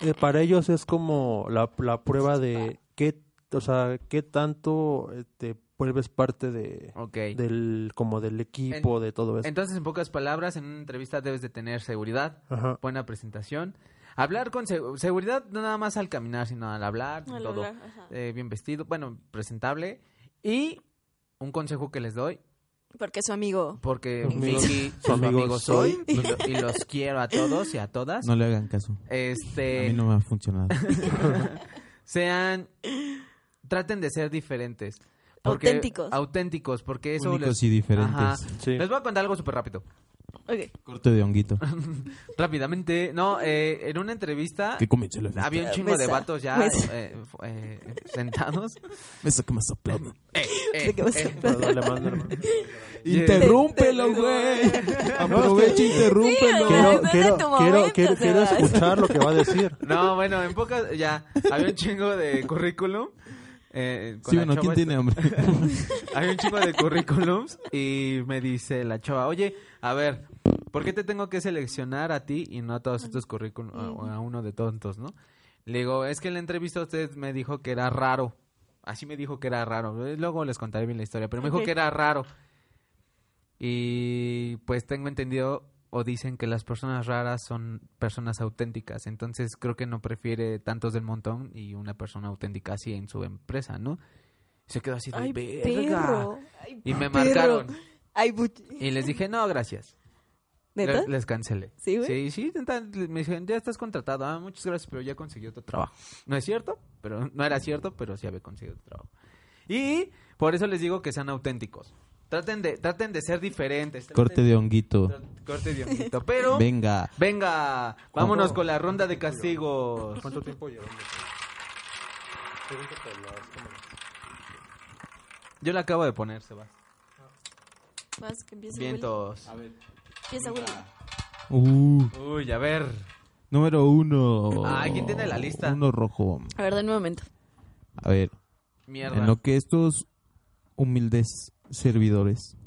Speaker 6: eh, para ellos es como la, la prueba de qué, o sea, qué tanto eh, te vuelves parte de
Speaker 1: Ok.
Speaker 6: del como del equipo de todo eso.
Speaker 1: Entonces, en pocas palabras, en una entrevista debes de tener seguridad,
Speaker 6: Ajá.
Speaker 1: buena presentación. Hablar con seg- seguridad, no nada más al caminar, sino al hablar,
Speaker 7: Al
Speaker 1: todo.
Speaker 7: hablar, ajá.
Speaker 1: Eh, bien vestido, bueno, presentable. Y un consejo que les doy,
Speaker 7: porque su amigo
Speaker 1: porque
Speaker 6: Su amigo-
Speaker 1: Vicky,
Speaker 6: su
Speaker 1: su
Speaker 6: amigo
Speaker 1: amigo soy, y lo- y los quiero a todos y a todas.
Speaker 4: no le hagan caso. A
Speaker 1: Este,
Speaker 4: mí no me ha funcionado.
Speaker 1: sean, traten de ser diferentes. Porque-
Speaker 7: Auténticos.
Speaker 1: Auténticos, porque eso
Speaker 4: Únicos
Speaker 1: les...
Speaker 4: y diferentes.
Speaker 1: Ajá.
Speaker 6: Sí.
Speaker 1: Les voy a contar algo súper rápido.
Speaker 7: Ok.
Speaker 4: Corte de honguito.
Speaker 1: Rápidamente, no, eh, en una entrevista
Speaker 4: Que comience la fiesta.
Speaker 1: había un chingo de
Speaker 7: Mesa,
Speaker 1: vatos ya
Speaker 7: mesa.
Speaker 1: eh, fu- eh, sentados.
Speaker 4: Eso que me aplaudan.
Speaker 1: Eh, eh,
Speaker 7: ¿De qué vas a
Speaker 1: eh.
Speaker 7: hablar?
Speaker 6: Perdón, le mando- le mando.
Speaker 4: Interrúmpelo, güey. Aprovecha, Ah, interrúmpelo.
Speaker 7: Sí,
Speaker 6: Quiero,
Speaker 7: Desde
Speaker 6: quiero,
Speaker 7: tu
Speaker 6: quiero,
Speaker 7: momento,
Speaker 6: quiero, quiero
Speaker 7: Sebas.
Speaker 6: escuchar lo que va a decir.
Speaker 1: No, bueno, en pocas, ya, había un chingo de currículum. eh, con
Speaker 4: Sí,
Speaker 1: la
Speaker 4: bueno,
Speaker 1: chava
Speaker 4: ¿quién
Speaker 1: esta-
Speaker 4: tiene hambre?
Speaker 1: Hay un chingo de currículums y me dice la chava, oye, a ver, ¿por qué te tengo que seleccionar a ti y no a todos estos currículums, a, a uno de tontos, no? Le digo, es que en la entrevista usted me dijo que era raro. Así me dijo que era raro. Eh, Luego les contaré bien la historia, pero me dijo
Speaker 7: Ok.
Speaker 1: que era raro. Y pues tengo entendido o dicen que las personas raras son personas auténticas. Entonces creo que no prefiere tantos del montón y una persona auténtica así en su empresa, ¿no? Se quedó así de
Speaker 7: Ay,
Speaker 1: "Verga".
Speaker 7: perro. Ay,
Speaker 1: Y me
Speaker 7: perro.
Speaker 1: marcaron.
Speaker 7: Ay, buch...
Speaker 1: Y les dije, no, gracias.
Speaker 7: ¿Neta?
Speaker 1: Le- Les cancelé.
Speaker 7: ¿Sí, güey?
Speaker 1: Sí, sí, neta, me dijeron, ya estás contratado. Ah, muchas gracias, pero ya conseguí otro trabajo. No es cierto, pero no era cierto, pero sí había conseguido otro trabajo. Y por eso les digo que sean auténticos. Traten de, traten de ser diferentes. traten-
Speaker 4: Corte de honguito.
Speaker 1: tra- Corte de honguito. Pero,
Speaker 4: Venga.
Speaker 1: venga, vámonos con la ronda de castigos.
Speaker 6: ¿Cuánto tiempo llevamos?
Speaker 1: Yo la acabo de poner, Sebas.
Speaker 7: Vas, que empieza
Speaker 1: Vientos.
Speaker 7: Willy. Empieza Willy.
Speaker 4: Uh,
Speaker 1: Uy, a ver.
Speaker 4: número uno.
Speaker 1: Ah, ¿quién tiene la lista?
Speaker 4: Uno rojo.
Speaker 7: A ver, de un momento.
Speaker 4: A ver,
Speaker 6: Eh,
Speaker 4: en
Speaker 1: Mierda.
Speaker 4: lo que estos humildes servidores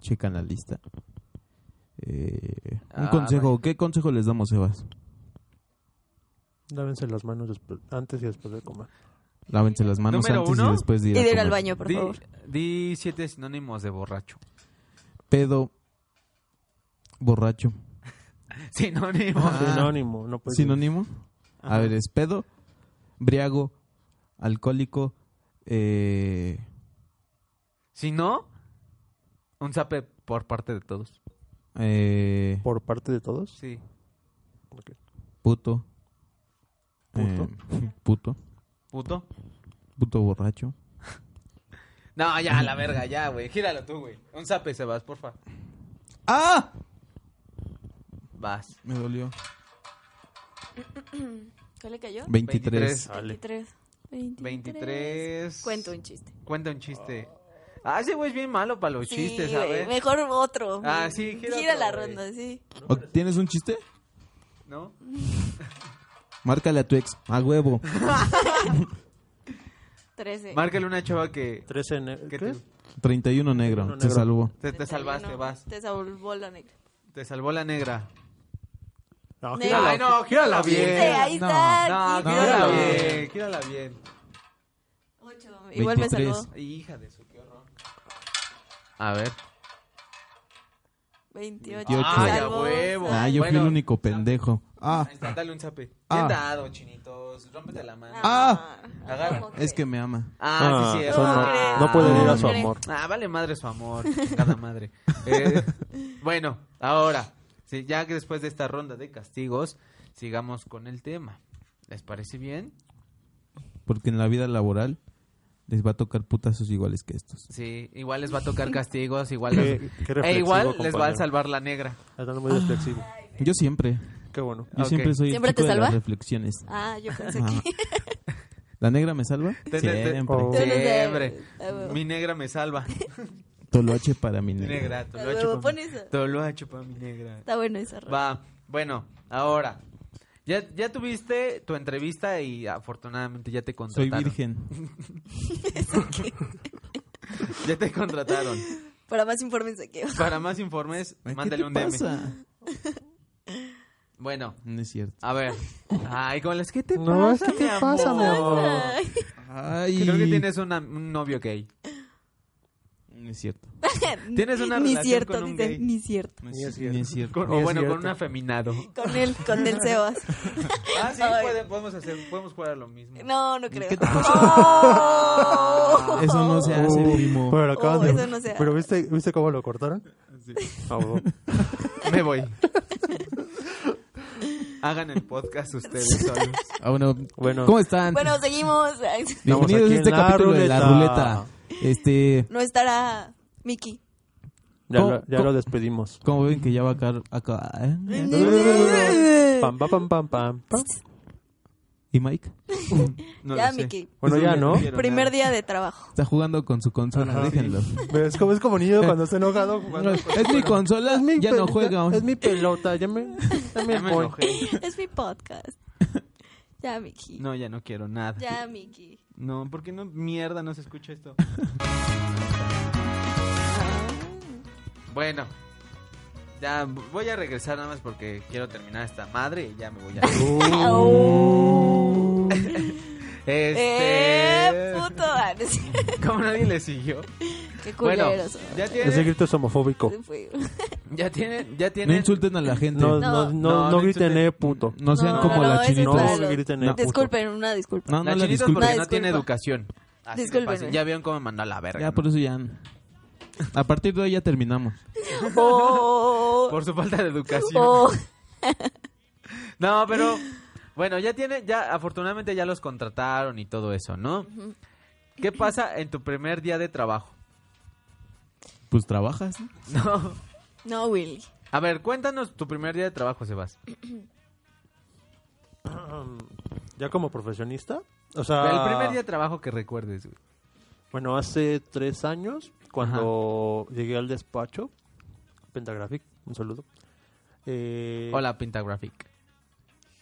Speaker 4: checan la lista. Eh, un
Speaker 1: Ah,
Speaker 4: consejo. ¿Qué consejo les damos, Sebas?
Speaker 6: Lávense las manos después- antes y después de comer.
Speaker 4: Lávense las manos
Speaker 1: Número
Speaker 4: antes
Speaker 1: uno.
Speaker 4: y después de
Speaker 7: Y
Speaker 4: ir, a
Speaker 7: de ir al
Speaker 4: comer.
Speaker 7: baño, por
Speaker 1: Di-
Speaker 7: favor.
Speaker 1: di siete sinónimos de borracho.
Speaker 4: Pedo. Borracho.
Speaker 1: Sinónimo.
Speaker 6: Ah. Sinónimo, no puede
Speaker 4: Ah. Sinónimo. A ver, es pedo, briago, alcohólico, eh,
Speaker 1: Si no, un zape por parte de todos.
Speaker 4: eh,
Speaker 6: Por parte de todos.
Speaker 1: Sí.
Speaker 6: Ok.
Speaker 4: puto.
Speaker 6: Puto.
Speaker 4: eh, puto.
Speaker 1: ¿Puto?
Speaker 4: Puto borracho.
Speaker 1: No, ya, a la verga, ya, güey. Gíralo tú, güey. Un zape, Sebas, porfa.
Speaker 4: ¡Ah!
Speaker 1: Vas.
Speaker 4: Me dolió.
Speaker 7: ¿Qué le cayó?
Speaker 4: 23.
Speaker 1: 23.
Speaker 7: 23.
Speaker 1: 23.
Speaker 7: Cuento un chiste.
Speaker 1: Cuenta un chiste. Ah, ese güey es bien malo para los
Speaker 7: Sí,
Speaker 1: chistes,
Speaker 7: güey,
Speaker 1: ¿sabes?
Speaker 7: Mejor otro.
Speaker 1: Ah,
Speaker 7: güey.
Speaker 1: sí, gira
Speaker 7: gira,
Speaker 1: otro,
Speaker 7: la
Speaker 1: güey.
Speaker 7: ronda, sí.
Speaker 4: ¿O ¿Tienes un chiste?
Speaker 1: ¿No?
Speaker 4: Márcale a tu ex. A huevo.
Speaker 7: 13.
Speaker 1: Márcale una chava que
Speaker 6: 13 en el- ¿Qué,
Speaker 1: ¿Qué te-
Speaker 6: es?
Speaker 4: 31 negro.
Speaker 6: negro.
Speaker 4: Se salvó.
Speaker 1: te, te salvaste, vas.
Speaker 7: Te salvó la negra.
Speaker 1: Te salvó la negra.
Speaker 6: No,
Speaker 7: Negro.
Speaker 6: gírala.
Speaker 1: Ay, no, gírala
Speaker 7: Sí,
Speaker 1: bien.
Speaker 7: ahí
Speaker 4: no,
Speaker 7: está.
Speaker 1: No,
Speaker 7: quince.
Speaker 1: gírala
Speaker 4: no.
Speaker 1: bien, gírala bien.
Speaker 7: Ocho. Igual me
Speaker 4: 23.
Speaker 7: salvó.
Speaker 1: Hija de su, qué horror. A ver.
Speaker 7: 28.
Speaker 4: Veintiocho.
Speaker 7: me
Speaker 1: Ay, a
Speaker 7: salvó.
Speaker 1: huevo.
Speaker 4: Ah, yo fui
Speaker 1: Bueno.
Speaker 4: el único pendejo. Ah,
Speaker 1: Ahí está, dale un zape. Bien
Speaker 4: Ah.
Speaker 1: dado, chinitos. Rómpete la mano.
Speaker 4: Ah.
Speaker 1: Agarra.
Speaker 7: ¿Cómo
Speaker 4: es que me ama.
Speaker 1: Ah, sí, sí.
Speaker 6: eso
Speaker 7: no-
Speaker 1: Ah.
Speaker 6: no pueden ir a su
Speaker 7: Hombre.
Speaker 6: amor.
Speaker 1: Ah, vale madre su amor, cada madre. Eh, bueno, ahora, sí, ya que después de esta ronda de castigos, sigamos con el tema. ¿Les parece bien?
Speaker 4: Porque en la vida laboral les va a tocar putazos iguales que estos.
Speaker 1: Sí, igual les va a tocar castigos, igual,
Speaker 6: Qué-
Speaker 1: los-
Speaker 6: qué
Speaker 1: e
Speaker 6: reflexivo,
Speaker 1: igual les va a
Speaker 6: compañero.
Speaker 1: salvar la negra.
Speaker 6: Están muy reflexivo.
Speaker 4: Yo siempre.
Speaker 6: Qué bueno.
Speaker 4: Yo
Speaker 1: Ok.
Speaker 4: siempre soy el
Speaker 7: ¿Siempre
Speaker 4: chico
Speaker 7: te
Speaker 4: de las
Speaker 7: salva?
Speaker 4: reflexiones.
Speaker 7: Ah, yo pensé
Speaker 4: Ajá.
Speaker 7: que.
Speaker 4: ¿La negra me salva?
Speaker 1: Te- te- te-
Speaker 4: Siempre.
Speaker 6: Oh.
Speaker 7: Yo no sé.
Speaker 1: Siempre.
Speaker 7: A huevo.
Speaker 1: Mi negra me salva.
Speaker 4: Toloche para mi
Speaker 1: Mi
Speaker 4: negra.
Speaker 1: negra,
Speaker 7: A
Speaker 1: Toloache
Speaker 7: huevo,
Speaker 1: pa'
Speaker 7: pon
Speaker 1: mi-
Speaker 7: eso.
Speaker 1: Toloache pa' mi negra.
Speaker 7: Está bueno esa ronda.
Speaker 1: Va, bueno, ahora. Ya, ya tuviste tu entrevista y afortunadamente ya te
Speaker 4: Soy
Speaker 1: contrataron.
Speaker 4: virgen.
Speaker 1: Ya te contrataron.
Speaker 7: Para más informes aquí.
Speaker 1: Para más informes,
Speaker 4: Ay,
Speaker 1: mándale
Speaker 4: ¿Qué
Speaker 1: un
Speaker 4: te
Speaker 1: DM.
Speaker 4: pasa?
Speaker 1: Bueno,
Speaker 4: No es cierto.
Speaker 1: a ver. Ay, con las que te
Speaker 6: No,
Speaker 1: pasa,
Speaker 6: es que
Speaker 1: mi
Speaker 6: te pasa,
Speaker 1: amor?
Speaker 6: mi amor.
Speaker 7: Ay,
Speaker 4: Ay.
Speaker 1: Creo que tienes una- un novio gay.
Speaker 4: No es cierto.
Speaker 1: Tienes una
Speaker 7: Ni
Speaker 1: relación
Speaker 7: cierto,
Speaker 1: con un
Speaker 7: dice,
Speaker 1: gay.
Speaker 7: ni cierto.
Speaker 4: No
Speaker 6: Ni es
Speaker 4: ni es cierto.
Speaker 1: Con-
Speaker 6: Ni
Speaker 1: o
Speaker 6: es
Speaker 1: bueno,
Speaker 6: cierto.
Speaker 1: con un afeminado.
Speaker 7: Con él, con el Sebas.
Speaker 1: Ah, sí,
Speaker 7: Ay.
Speaker 1: puede- podemos, hacer, podemos jugar a lo mismo.
Speaker 7: No, no creo.
Speaker 4: ¿Qué te pasa?
Speaker 1: Ah,
Speaker 7: Oh.
Speaker 4: Eso no se hace,
Speaker 6: Uh,
Speaker 4: primo.
Speaker 6: Pero, lo acaban
Speaker 7: Oh,
Speaker 6: de-
Speaker 7: eso no se hace.
Speaker 6: pero viste, ¿viste cómo lo cortaron? Ah, bueno.
Speaker 1: Me voy. Hagan el podcast ustedes solos.
Speaker 4: Ah, bueno.
Speaker 6: Bueno.
Speaker 4: ¿Cómo están?
Speaker 7: Bueno, seguimos. Ay,
Speaker 6: Estamos
Speaker 4: Bienvenidos
Speaker 6: aquí
Speaker 4: a este
Speaker 6: en la
Speaker 4: capítulo de la
Speaker 6: ruleta.
Speaker 4: ruleta. Este,
Speaker 7: No estará Miki.
Speaker 6: Ya,
Speaker 4: ¿Cómo-
Speaker 6: lo, ya
Speaker 4: cómo-
Speaker 6: lo despedimos.
Speaker 4: como ven que ya va a ¿eh? acabar- acabar.
Speaker 7: Eh.
Speaker 6: Pam, pam, pam, pam, pam, pam.
Speaker 4: ¿Y Mike?
Speaker 1: No
Speaker 7: ya,
Speaker 1: lo sé.
Speaker 7: Miki.
Speaker 6: Bueno, ya, ¿no?
Speaker 1: Pero
Speaker 7: Primer
Speaker 1: nada.
Speaker 7: día de trabajo.
Speaker 4: Está jugando con su consola,
Speaker 6: Ajá.
Speaker 4: déjenlo.
Speaker 6: Es como, es como niño cuando está enojado jugando.
Speaker 4: Es mi consola, Eh. ya no juega.
Speaker 6: Es mi pelota, ya me, ya me
Speaker 1: Ya me
Speaker 6: voy.
Speaker 1: enojé.
Speaker 7: Es mi podcast. Ya, Miki.
Speaker 1: No, ya no quiero nada.
Speaker 7: Ya, Miki.
Speaker 1: No, ¿por qué no? Mierda, no se escucha esto. Bueno, ya voy a regresar nada más porque quiero terminar esta madre y ya me voy a.
Speaker 7: Eh,
Speaker 6: Uh.
Speaker 1: este.
Speaker 7: puto. Ah, no sé.
Speaker 1: Como nadie le siguió.
Speaker 7: Qué
Speaker 1: Bueno,
Speaker 7: culeros. son.
Speaker 1: ya
Speaker 6: Ese
Speaker 1: tienen,
Speaker 6: grito es homofóbico.
Speaker 7: Se fue.
Speaker 1: ya tienen, ya
Speaker 4: No
Speaker 1: tienen.
Speaker 4: insulten a la gente.
Speaker 6: No, no,
Speaker 4: No,
Speaker 6: no,
Speaker 7: No.
Speaker 6: no,
Speaker 1: No, no
Speaker 6: griten,
Speaker 1: insulten.
Speaker 6: eh, puto.
Speaker 4: sean
Speaker 7: No,
Speaker 4: como
Speaker 7: no,
Speaker 4: la
Speaker 7: ese es
Speaker 4: chinitos.
Speaker 7: para los-
Speaker 6: griten, eh, puto.
Speaker 7: Disculpen, una disculpa.
Speaker 4: No,
Speaker 1: La
Speaker 4: no la
Speaker 1: chinitos
Speaker 4: disculpen.
Speaker 1: porque no
Speaker 7: Disculpa.
Speaker 1: tiene educación. Así de
Speaker 7: Discúlpenme.
Speaker 1: fácil. Ya vieron cómo me mandó a la verga.
Speaker 4: Ya,
Speaker 1: ¿no?
Speaker 4: por eso ya. A partir de hoy ya terminamos.
Speaker 7: Oh,
Speaker 1: Por su falta de educación.
Speaker 7: oh.
Speaker 1: No, pero bueno, ya tiene, ya afortunadamente ya los contrataron y todo eso, ¿no? ¿Qué pasa en tu primer día de trabajo?
Speaker 4: Pues trabajas. ¿no?
Speaker 1: No.
Speaker 7: No, Willy.
Speaker 1: A ver, cuéntanos tu primer día de trabajo, Sebas.
Speaker 6: Ya como profesionista. O sea,
Speaker 1: El primer día de trabajo que recuerdes. güey.
Speaker 6: Bueno, hace tres años, cuando llegué al despacho, Pentagraphic, un saludo. Eh,
Speaker 1: Hola, Pintagraphic.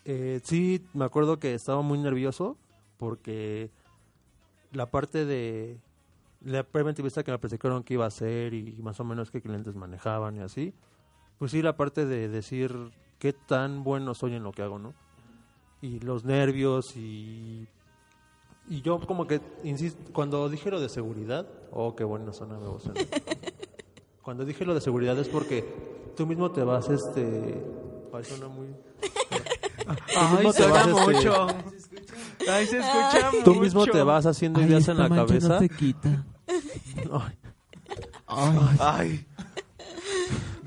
Speaker 6: eh, sí, me acuerdo que estaba muy nervioso porque la parte de la primera entrevista que me platicaron que iba a hacer y más o menos qué clientes manejaban y así, pues sí, la parte de decir qué tan bueno soy en lo que hago, ¿no? Y los nervios y... Y yo como que, insisto, cuando dije lo de seguridad, oh, qué buena zona me voz. ¿no? Cuando dije lo de seguridad es porque tú mismo te vas, este... Ay, suena muy... Tú mismo te vas, este,
Speaker 1: Ay, se escucha mucho.
Speaker 6: Tú mismo te vas haciendo
Speaker 4: Ay,
Speaker 6: ideas
Speaker 4: esta
Speaker 6: en la
Speaker 4: mancha
Speaker 6: cabeza.
Speaker 4: no te quita.
Speaker 6: Ay,
Speaker 4: Ay,
Speaker 1: Ay.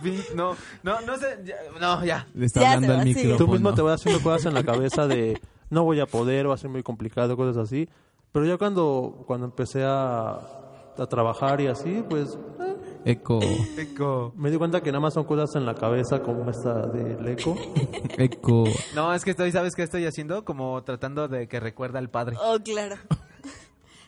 Speaker 1: Vi- No, no, no sé. ya- no, ya.
Speaker 4: le está
Speaker 7: Ya se
Speaker 4: hablando
Speaker 7: va,
Speaker 4: al
Speaker 7: sí.
Speaker 4: micrófono.
Speaker 6: Tú mismo te vas haciendo cosas en la cabeza de no voy a poder, va a ser muy complicado, cosas así. Pero ya cuando, cuando empecé a, a trabajar y así, pues
Speaker 4: Eco.
Speaker 1: Eco.
Speaker 6: me di cuenta que nada más son cosas en la cabeza como esta del eco.
Speaker 4: Eco.
Speaker 1: No, es que estoy, ¿sabes qué estoy haciendo? Como tratando de que recuerda al padre.
Speaker 7: Oh, claro.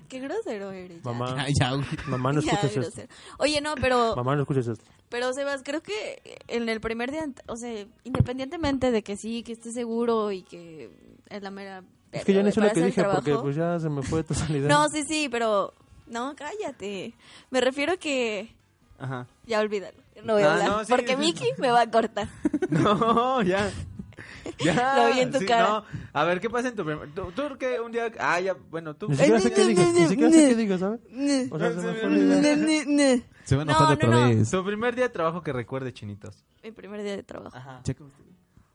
Speaker 7: Qué grosero eres. ya.
Speaker 6: Mamá,
Speaker 4: Ah, ya, güey.
Speaker 6: mamá, no
Speaker 7: Ya,
Speaker 6: escuches esto.
Speaker 7: grosero. Oye, no, pero
Speaker 6: Mamá, no escuches esto.
Speaker 7: Pero Sebas, creo que en el primer día, o sea, independientemente de que sí, que esté seguro y que es la mera...
Speaker 6: Es que ya no
Speaker 7: ni
Speaker 6: sé lo que dije porque pues ya se me fue toda la idea.
Speaker 7: No, sí, sí, pero... No, cállate. Me refiero a que...
Speaker 1: Ajá.
Speaker 7: Ya olvídalo. No voy a
Speaker 1: Ah,
Speaker 7: hablar.
Speaker 1: no, sí,
Speaker 7: porque
Speaker 1: sí.
Speaker 7: Miki me va a cortar.
Speaker 1: No, ya. Ya.
Speaker 7: Lo vi en tu cara.
Speaker 1: No. A ver, ¿qué pasa en tu primer... Tú, tú que un día... Ah, ya, bueno, tú...
Speaker 6: Ni siquiera
Speaker 7: eh,
Speaker 6: sé qué dije, ni siquiera sé qué dije, ¿sabes? O sea, se me fue la idea.
Speaker 4: Se van a
Speaker 7: No,
Speaker 4: enojar
Speaker 7: no,
Speaker 4: otra
Speaker 7: no.
Speaker 4: vez.
Speaker 1: Tu primer día de trabajo que recuerde, chinitos.
Speaker 7: Mi primer día de trabajo.
Speaker 1: Ajá.
Speaker 4: Checa.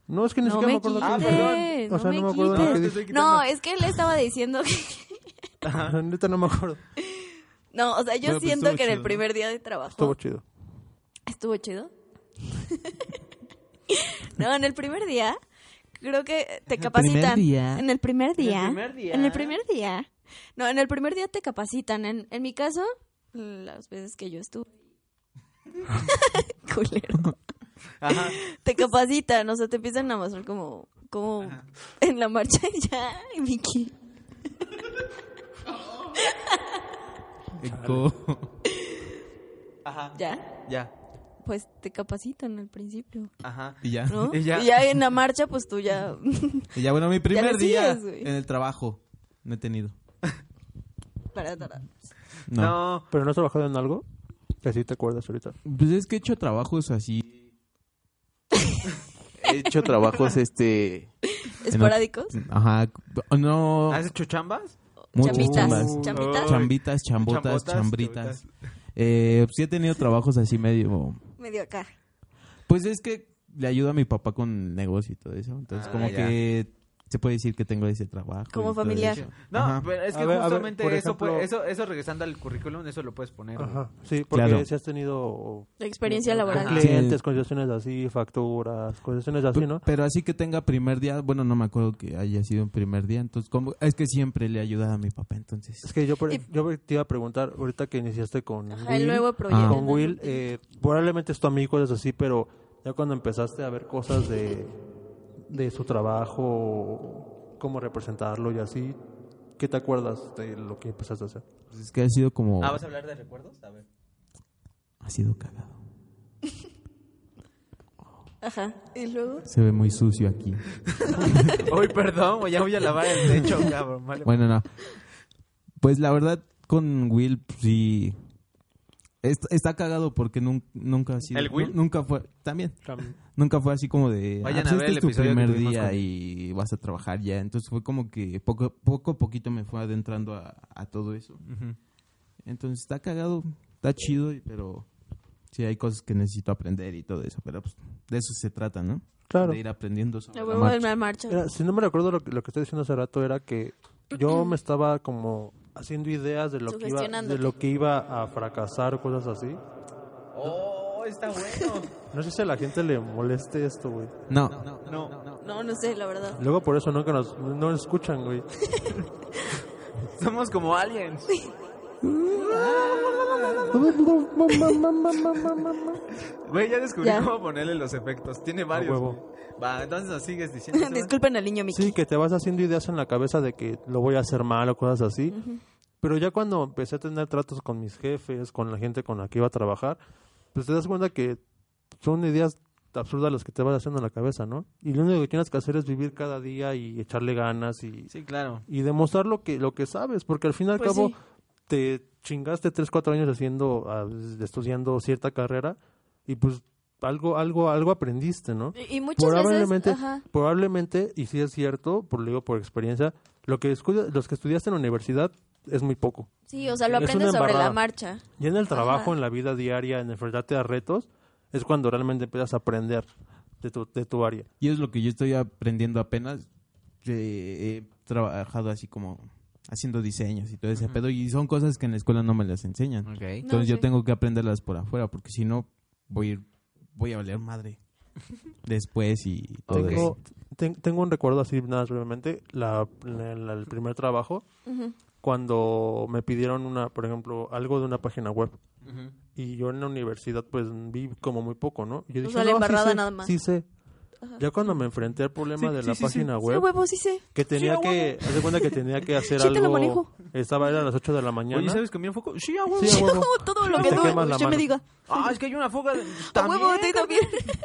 Speaker 6: No, Ah, es que ni
Speaker 7: No
Speaker 6: siquiera me
Speaker 7: me
Speaker 6: acuerdo.
Speaker 7: quites,
Speaker 1: Ah, perdón.
Speaker 6: O sea, no me
Speaker 7: no
Speaker 6: acuerdo
Speaker 7: me
Speaker 6: de lo que
Speaker 7: quites.
Speaker 6: dije.
Speaker 7: No, es que él estaba diciendo que...
Speaker 6: La neta no me acuerdo.
Speaker 7: No, o sea, yo
Speaker 4: Bueno, pues
Speaker 7: siento
Speaker 4: estuvo
Speaker 7: que en el
Speaker 4: chido, ¿no?
Speaker 7: primer día de trabajo...
Speaker 6: Estuvo chido.
Speaker 7: ¿Estuvo chido? no, en el primer día, creo que te capacitan.
Speaker 4: día.
Speaker 7: En el primer día.
Speaker 1: primer día.
Speaker 7: En el primer día. No, en el primer día te capacitan. En, en mi caso, las veces que yo estuve. Culero.
Speaker 1: Ajá.
Speaker 7: Te capacitan, o sea, te empiezan a mostrar como, como en la marcha ya, y Vicky.
Speaker 4: Eco.
Speaker 1: Ajá.
Speaker 7: Ya,
Speaker 1: Ya.
Speaker 7: pues te capacitan al principio,
Speaker 1: Ajá.
Speaker 4: Y ya.
Speaker 7: ¿no?
Speaker 1: Y ya.
Speaker 7: en la marcha, pues tú ya.
Speaker 4: Y ya, bueno, mi primer
Speaker 7: le
Speaker 4: día
Speaker 7: sigues, güey.
Speaker 4: en el trabajo. No he tenido.
Speaker 7: para, para.
Speaker 4: No.
Speaker 1: No.
Speaker 6: ¿Pero no has trabajado en algo? Que sí te acuerdas ahorita.
Speaker 4: Pues es que he hecho trabajos así. he hecho trabajos, este.
Speaker 7: Esporádicos.
Speaker 4: Ajá. No.
Speaker 1: ¿Has hecho chambas?
Speaker 4: muchas
Speaker 7: Chambitas,
Speaker 4: chambas.
Speaker 7: chambitas.
Speaker 4: Chambitas, chambotas,
Speaker 1: Chambotas,
Speaker 4: chambritas. Eh, sí he tenido trabajos así medio.
Speaker 7: Medio acá.
Speaker 4: Pues es que le ayudo a mi papá con el negocio y todo eso. Entonces,
Speaker 1: Ah,
Speaker 4: como
Speaker 1: ya.
Speaker 4: que se puede decir que tengo ese trabajo. y
Speaker 7: Como
Speaker 4: todo
Speaker 7: familiar.
Speaker 4: eso.
Speaker 1: No, pues,
Speaker 4: Ajá.
Speaker 1: pero es
Speaker 6: A
Speaker 1: que
Speaker 6: ver, a ver,
Speaker 1: justamente
Speaker 6: por
Speaker 1: eso, puede-
Speaker 6: ejemplo-
Speaker 1: eso, eso regresando al currículum, eso lo puedes poner. güey.
Speaker 6: Ajá. Sí, porque
Speaker 4: Claro.
Speaker 6: si has tenido
Speaker 7: La experiencia laboral.
Speaker 6: con clientes, concesiones así, facturas, concesiones así, ¿no?
Speaker 4: Pero así que tenga primer día, bueno, no me acuerdo que haya sido un primer día, entonces como es que siempre le ayudaba a mi papá,
Speaker 6: Es
Speaker 4: entonces.
Speaker 6: que yo, por-
Speaker 7: Y-
Speaker 6: yo te iba a preguntar, ahorita que iniciaste con
Speaker 7: Ajá,
Speaker 6: Will, Ah.
Speaker 7: el nuevo proyecto.
Speaker 6: con Will, eh, probablemente es tu amigo, es así, pero ya cuando empezaste a ver cosas de, de su trabajo, cómo representarlo y así, ¿qué te acuerdas de lo que empezaste a hacer?
Speaker 4: Pues es que ha sido como
Speaker 1: Ah, ¿vas a hablar de recuerdos? A ver.
Speaker 4: ha sido cagado.
Speaker 7: Ajá. Y luego.
Speaker 4: Se ve muy sucio aquí.
Speaker 1: Uy, perdón, güey, ya voy a lavar el techo, cabrón. Vale.
Speaker 4: Bueno, no. Pues la verdad con Will pues, sí est- está cagado porque nun- nunca ha sido
Speaker 1: ¿El Will?
Speaker 4: nu- nunca fue también nunca fue así como de
Speaker 1: Vayan
Speaker 4: pues
Speaker 1: a ver el
Speaker 4: este es tu
Speaker 1: episodio que
Speaker 4: primer
Speaker 1: tuvimos
Speaker 4: día
Speaker 1: con-
Speaker 4: y vas a trabajar ya entonces fue como que poco poco a poquito me fue adentrando a, a todo eso
Speaker 1: Ujú.
Speaker 4: entonces está cagado está chido y- pero sí hay cosas que necesito aprender y todo eso pero pues, de eso se trata no
Speaker 6: Claro.
Speaker 4: de ir aprendiendo sobre
Speaker 7: La
Speaker 4: la
Speaker 7: huevo del
Speaker 4: marcha.
Speaker 7: mal marcha.
Speaker 6: Mira, si no me recuerdo lo, que- lo que estoy diciendo hace rato era que yo me estaba como haciendo ideas de lo que iba, de
Speaker 7: Sugestionándote.
Speaker 6: lo que iba a fracasar o cosas así.
Speaker 1: Oh, está bueno.
Speaker 6: No sé si a la gente le moleste esto, güey.
Speaker 4: no,
Speaker 7: No, no sé, la verdad.
Speaker 6: Luego por eso nunca nos, no nos escuchan, güey.
Speaker 1: Somos como aliens. Güey, ya descubrí
Speaker 7: Ya.
Speaker 1: cómo ponerle los efectos. Tiene varios.
Speaker 6: huevo.
Speaker 1: güey. Va, entonces nos sigues diciendo. Sebas.
Speaker 7: Disculpen al niño Miki.
Speaker 6: Sí, que te vas haciendo ideas en la cabeza de que lo voy a hacer mal o cosas así. Pero ya cuando empecé a tener tratos con mis jefes, con la gente con la que iba a trabajar, pues te das cuenta que son ideas absurdas las que te vas haciendo en la cabeza, ¿no? Y lo único que tienes que hacer es vivir cada día y echarle ganas y,
Speaker 1: Sí, claro.
Speaker 6: y demostrar lo que, lo que sabes, porque al fin y al
Speaker 7: Pues
Speaker 6: cabo
Speaker 7: sí.
Speaker 6: te chingaste 3, 4 años haciendo, ah, estudiando cierta carrera y pues algo, algo, algo aprendiste, ¿no?
Speaker 7: Y, y muchas veces.
Speaker 6: probablemente,
Speaker 7: Ajá.
Speaker 6: probablemente, y si es cierto, por lo digo por experiencia, lo que escu- los que estudiaste en la universidad es muy poco.
Speaker 7: Sí, o sea, lo
Speaker 6: Es una
Speaker 7: aprendes sobre la
Speaker 6: embarrada.
Speaker 7: marcha.
Speaker 6: Y en el trabajo,
Speaker 7: Ajá.
Speaker 6: en la vida diaria, en enfrentarte a retos, es cuando realmente empiezas a aprender de tu, de tu área.
Speaker 4: Y es lo que yo estoy aprendiendo apenas. Eh, he trabajado así como haciendo diseños y todo ese pedo. Y son cosas que en la escuela no me las enseñan.
Speaker 1: Ok.
Speaker 4: Entonces yo
Speaker 7: sí.
Speaker 4: tengo que aprenderlas por afuera, porque si no, voy a ir- voy a valer madre después y todo
Speaker 6: Tengo,
Speaker 4: eso.
Speaker 6: ten- tengo un recuerdo así, nada más brevemente, la, la- la- el primer trabajo,
Speaker 7: Ujú.
Speaker 6: cuando me pidieron una, por ejemplo, algo de una página web. Y yo en la universidad, pues vi como muy poco, ¿no? Yo
Speaker 7: O sea,
Speaker 6: "No, sí
Speaker 7: la embarrada
Speaker 6: sé,
Speaker 7: nada más".
Speaker 6: Sí sé.
Speaker 7: Ajá.
Speaker 6: Ya cuando me enfrenté al problema
Speaker 1: Sí,
Speaker 6: de
Speaker 1: sí,
Speaker 6: la
Speaker 1: sí, sí.
Speaker 6: página
Speaker 7: Sí, a
Speaker 6: web,
Speaker 7: huevo, sí sé.
Speaker 6: que tenía
Speaker 7: a huevo.
Speaker 6: que, haz de cuenta que tenía que hacer
Speaker 7: Sí, te lo
Speaker 6: algo.
Speaker 7: manejo.
Speaker 6: Estaba era a las 8 de la mañana.
Speaker 1: Oye, ¿sabes comer foco? Sí, a
Speaker 6: Sí,
Speaker 1: huevo.
Speaker 6: a huevo.
Speaker 7: Todo lo
Speaker 6: Te
Speaker 7: que
Speaker 6: quemas la
Speaker 7: tú yo me
Speaker 6: mano.
Speaker 7: diga.
Speaker 1: Ah, es que hay una foga. de-
Speaker 7: A huevo,
Speaker 1: También.
Speaker 7: te también.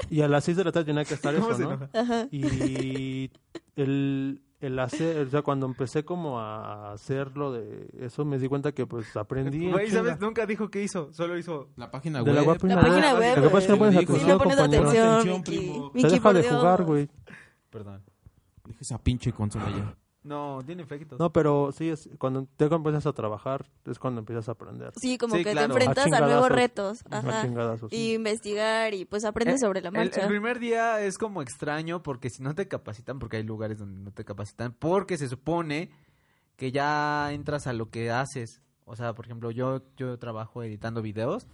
Speaker 6: Y a las 6 de la tarde tenía que estar
Speaker 1: ¿Cómo
Speaker 6: eso,
Speaker 1: se
Speaker 6: ¿no?
Speaker 1: enoja?
Speaker 7: Ajá.
Speaker 6: Y el, el hacer, o sea, cuando empecé como a hacerlo de eso, me di cuenta que pues aprendí. en
Speaker 1: Güey,
Speaker 6: chinga.
Speaker 1: ¿sabes? Nunca dijo qué hizo, solo hizo.
Speaker 4: La página
Speaker 6: De la
Speaker 4: web.
Speaker 6: página
Speaker 7: La página
Speaker 6: web.
Speaker 7: web,
Speaker 6: Lo que pasa es que no
Speaker 4: güey.
Speaker 6: pones
Speaker 4: Sí,
Speaker 7: Sí,
Speaker 6: atención,
Speaker 7: no pones
Speaker 6: compañero.
Speaker 4: atención,
Speaker 7: atención,
Speaker 4: primo.
Speaker 7: Mickey.
Speaker 4: Te
Speaker 6: Te
Speaker 7: Mickey,
Speaker 6: deja
Speaker 7: por
Speaker 6: de
Speaker 7: Dios.
Speaker 6: jugar, güey.
Speaker 1: Perdón.
Speaker 4: Deja esa pinche consola ya.
Speaker 1: No, tiene efectos.
Speaker 6: No, pero sí, es cuando te empiezas a trabajar, es cuando empiezas a aprender.
Speaker 7: Sí, como
Speaker 1: Sí,
Speaker 7: que
Speaker 1: claro.
Speaker 7: te enfrentas a,
Speaker 6: A
Speaker 7: nuevos
Speaker 6: chingadazos.
Speaker 7: retos. Ajá.
Speaker 6: A chingadazos.
Speaker 7: Y
Speaker 6: sí.
Speaker 7: investigar y pues aprendes
Speaker 1: Eh,
Speaker 7: sobre la
Speaker 1: el-
Speaker 7: marcha.
Speaker 1: El, primer día es como extraño porque si no te capacitan, porque hay lugares donde no te capacitan, porque se supone que ya entras a lo que haces. O sea, por ejemplo, yo, yo trabajo editando videos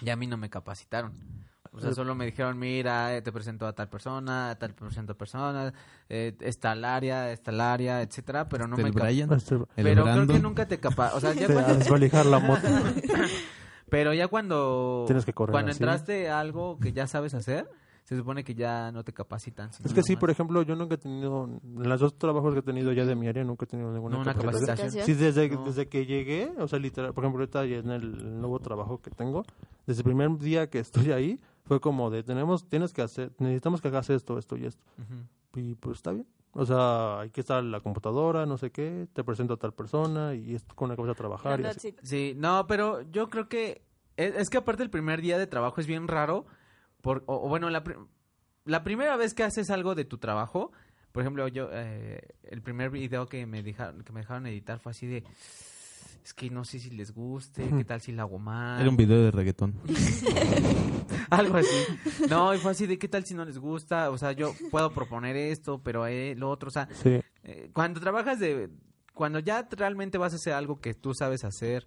Speaker 1: y a mí no me capacitaron. O sea, solo me dijeron, mira, eh, te presento a tal persona, a tal presento a persona, eh, está el área, está el área, etcétera, pero no
Speaker 4: el
Speaker 1: me cap-
Speaker 4: Brian.
Speaker 6: Este-
Speaker 4: el
Speaker 1: Pero creo que
Speaker 4: Brandon.
Speaker 1: nunca te capacitan. O sea, ya
Speaker 6: Te- a
Speaker 1: cuando-
Speaker 6: desvalijar la moto.
Speaker 1: pero ya cuando
Speaker 6: Tienes que correr
Speaker 1: cuando
Speaker 6: así.
Speaker 1: entraste a algo que ya sabes hacer, se supone que ya no te capacitan. sino
Speaker 6: Es que sí,
Speaker 1: nada
Speaker 6: por
Speaker 1: más.
Speaker 6: ejemplo, yo nunca he tenido, en los dos trabajos que he tenido ya de mi área, nunca he tenido ninguna
Speaker 1: No, una capacitación.
Speaker 6: Sí, desde,
Speaker 1: No.
Speaker 6: desde que llegué, o sea, literal, por ejemplo, ahorita ya en el nuevo trabajo que tengo, desde el primer día que estoy ahí, fue como de, tenemos, tienes que hacer, necesitamos que hagas esto, esto y esto.
Speaker 1: Ujú.
Speaker 6: Y pues está bien. O sea, hay que estar en la computadora, no sé qué, te presento a tal persona y esto con la que vas a trabajar. y
Speaker 7: Verdad,
Speaker 6: así.
Speaker 7: sí.
Speaker 1: Sí, no, pero yo creo que es, es que aparte el primer día de trabajo es bien raro, por, o, o bueno, la, pri- la primera vez que haces algo de tu trabajo, por ejemplo, yo eh, el primer video que me dejaron que me dejaron editar fue así de es que no sé si les guste, qué tal si la hago mal.
Speaker 4: Era un video de reggaetón.
Speaker 1: Algo así. No, y fue así de qué tal si no les gusta. O sea, yo puedo proponer esto, pero eh, lo otro. O sea,
Speaker 6: Sí.
Speaker 1: eh, cuando trabajas de. Cuando ya realmente vas a hacer algo que tú sabes hacer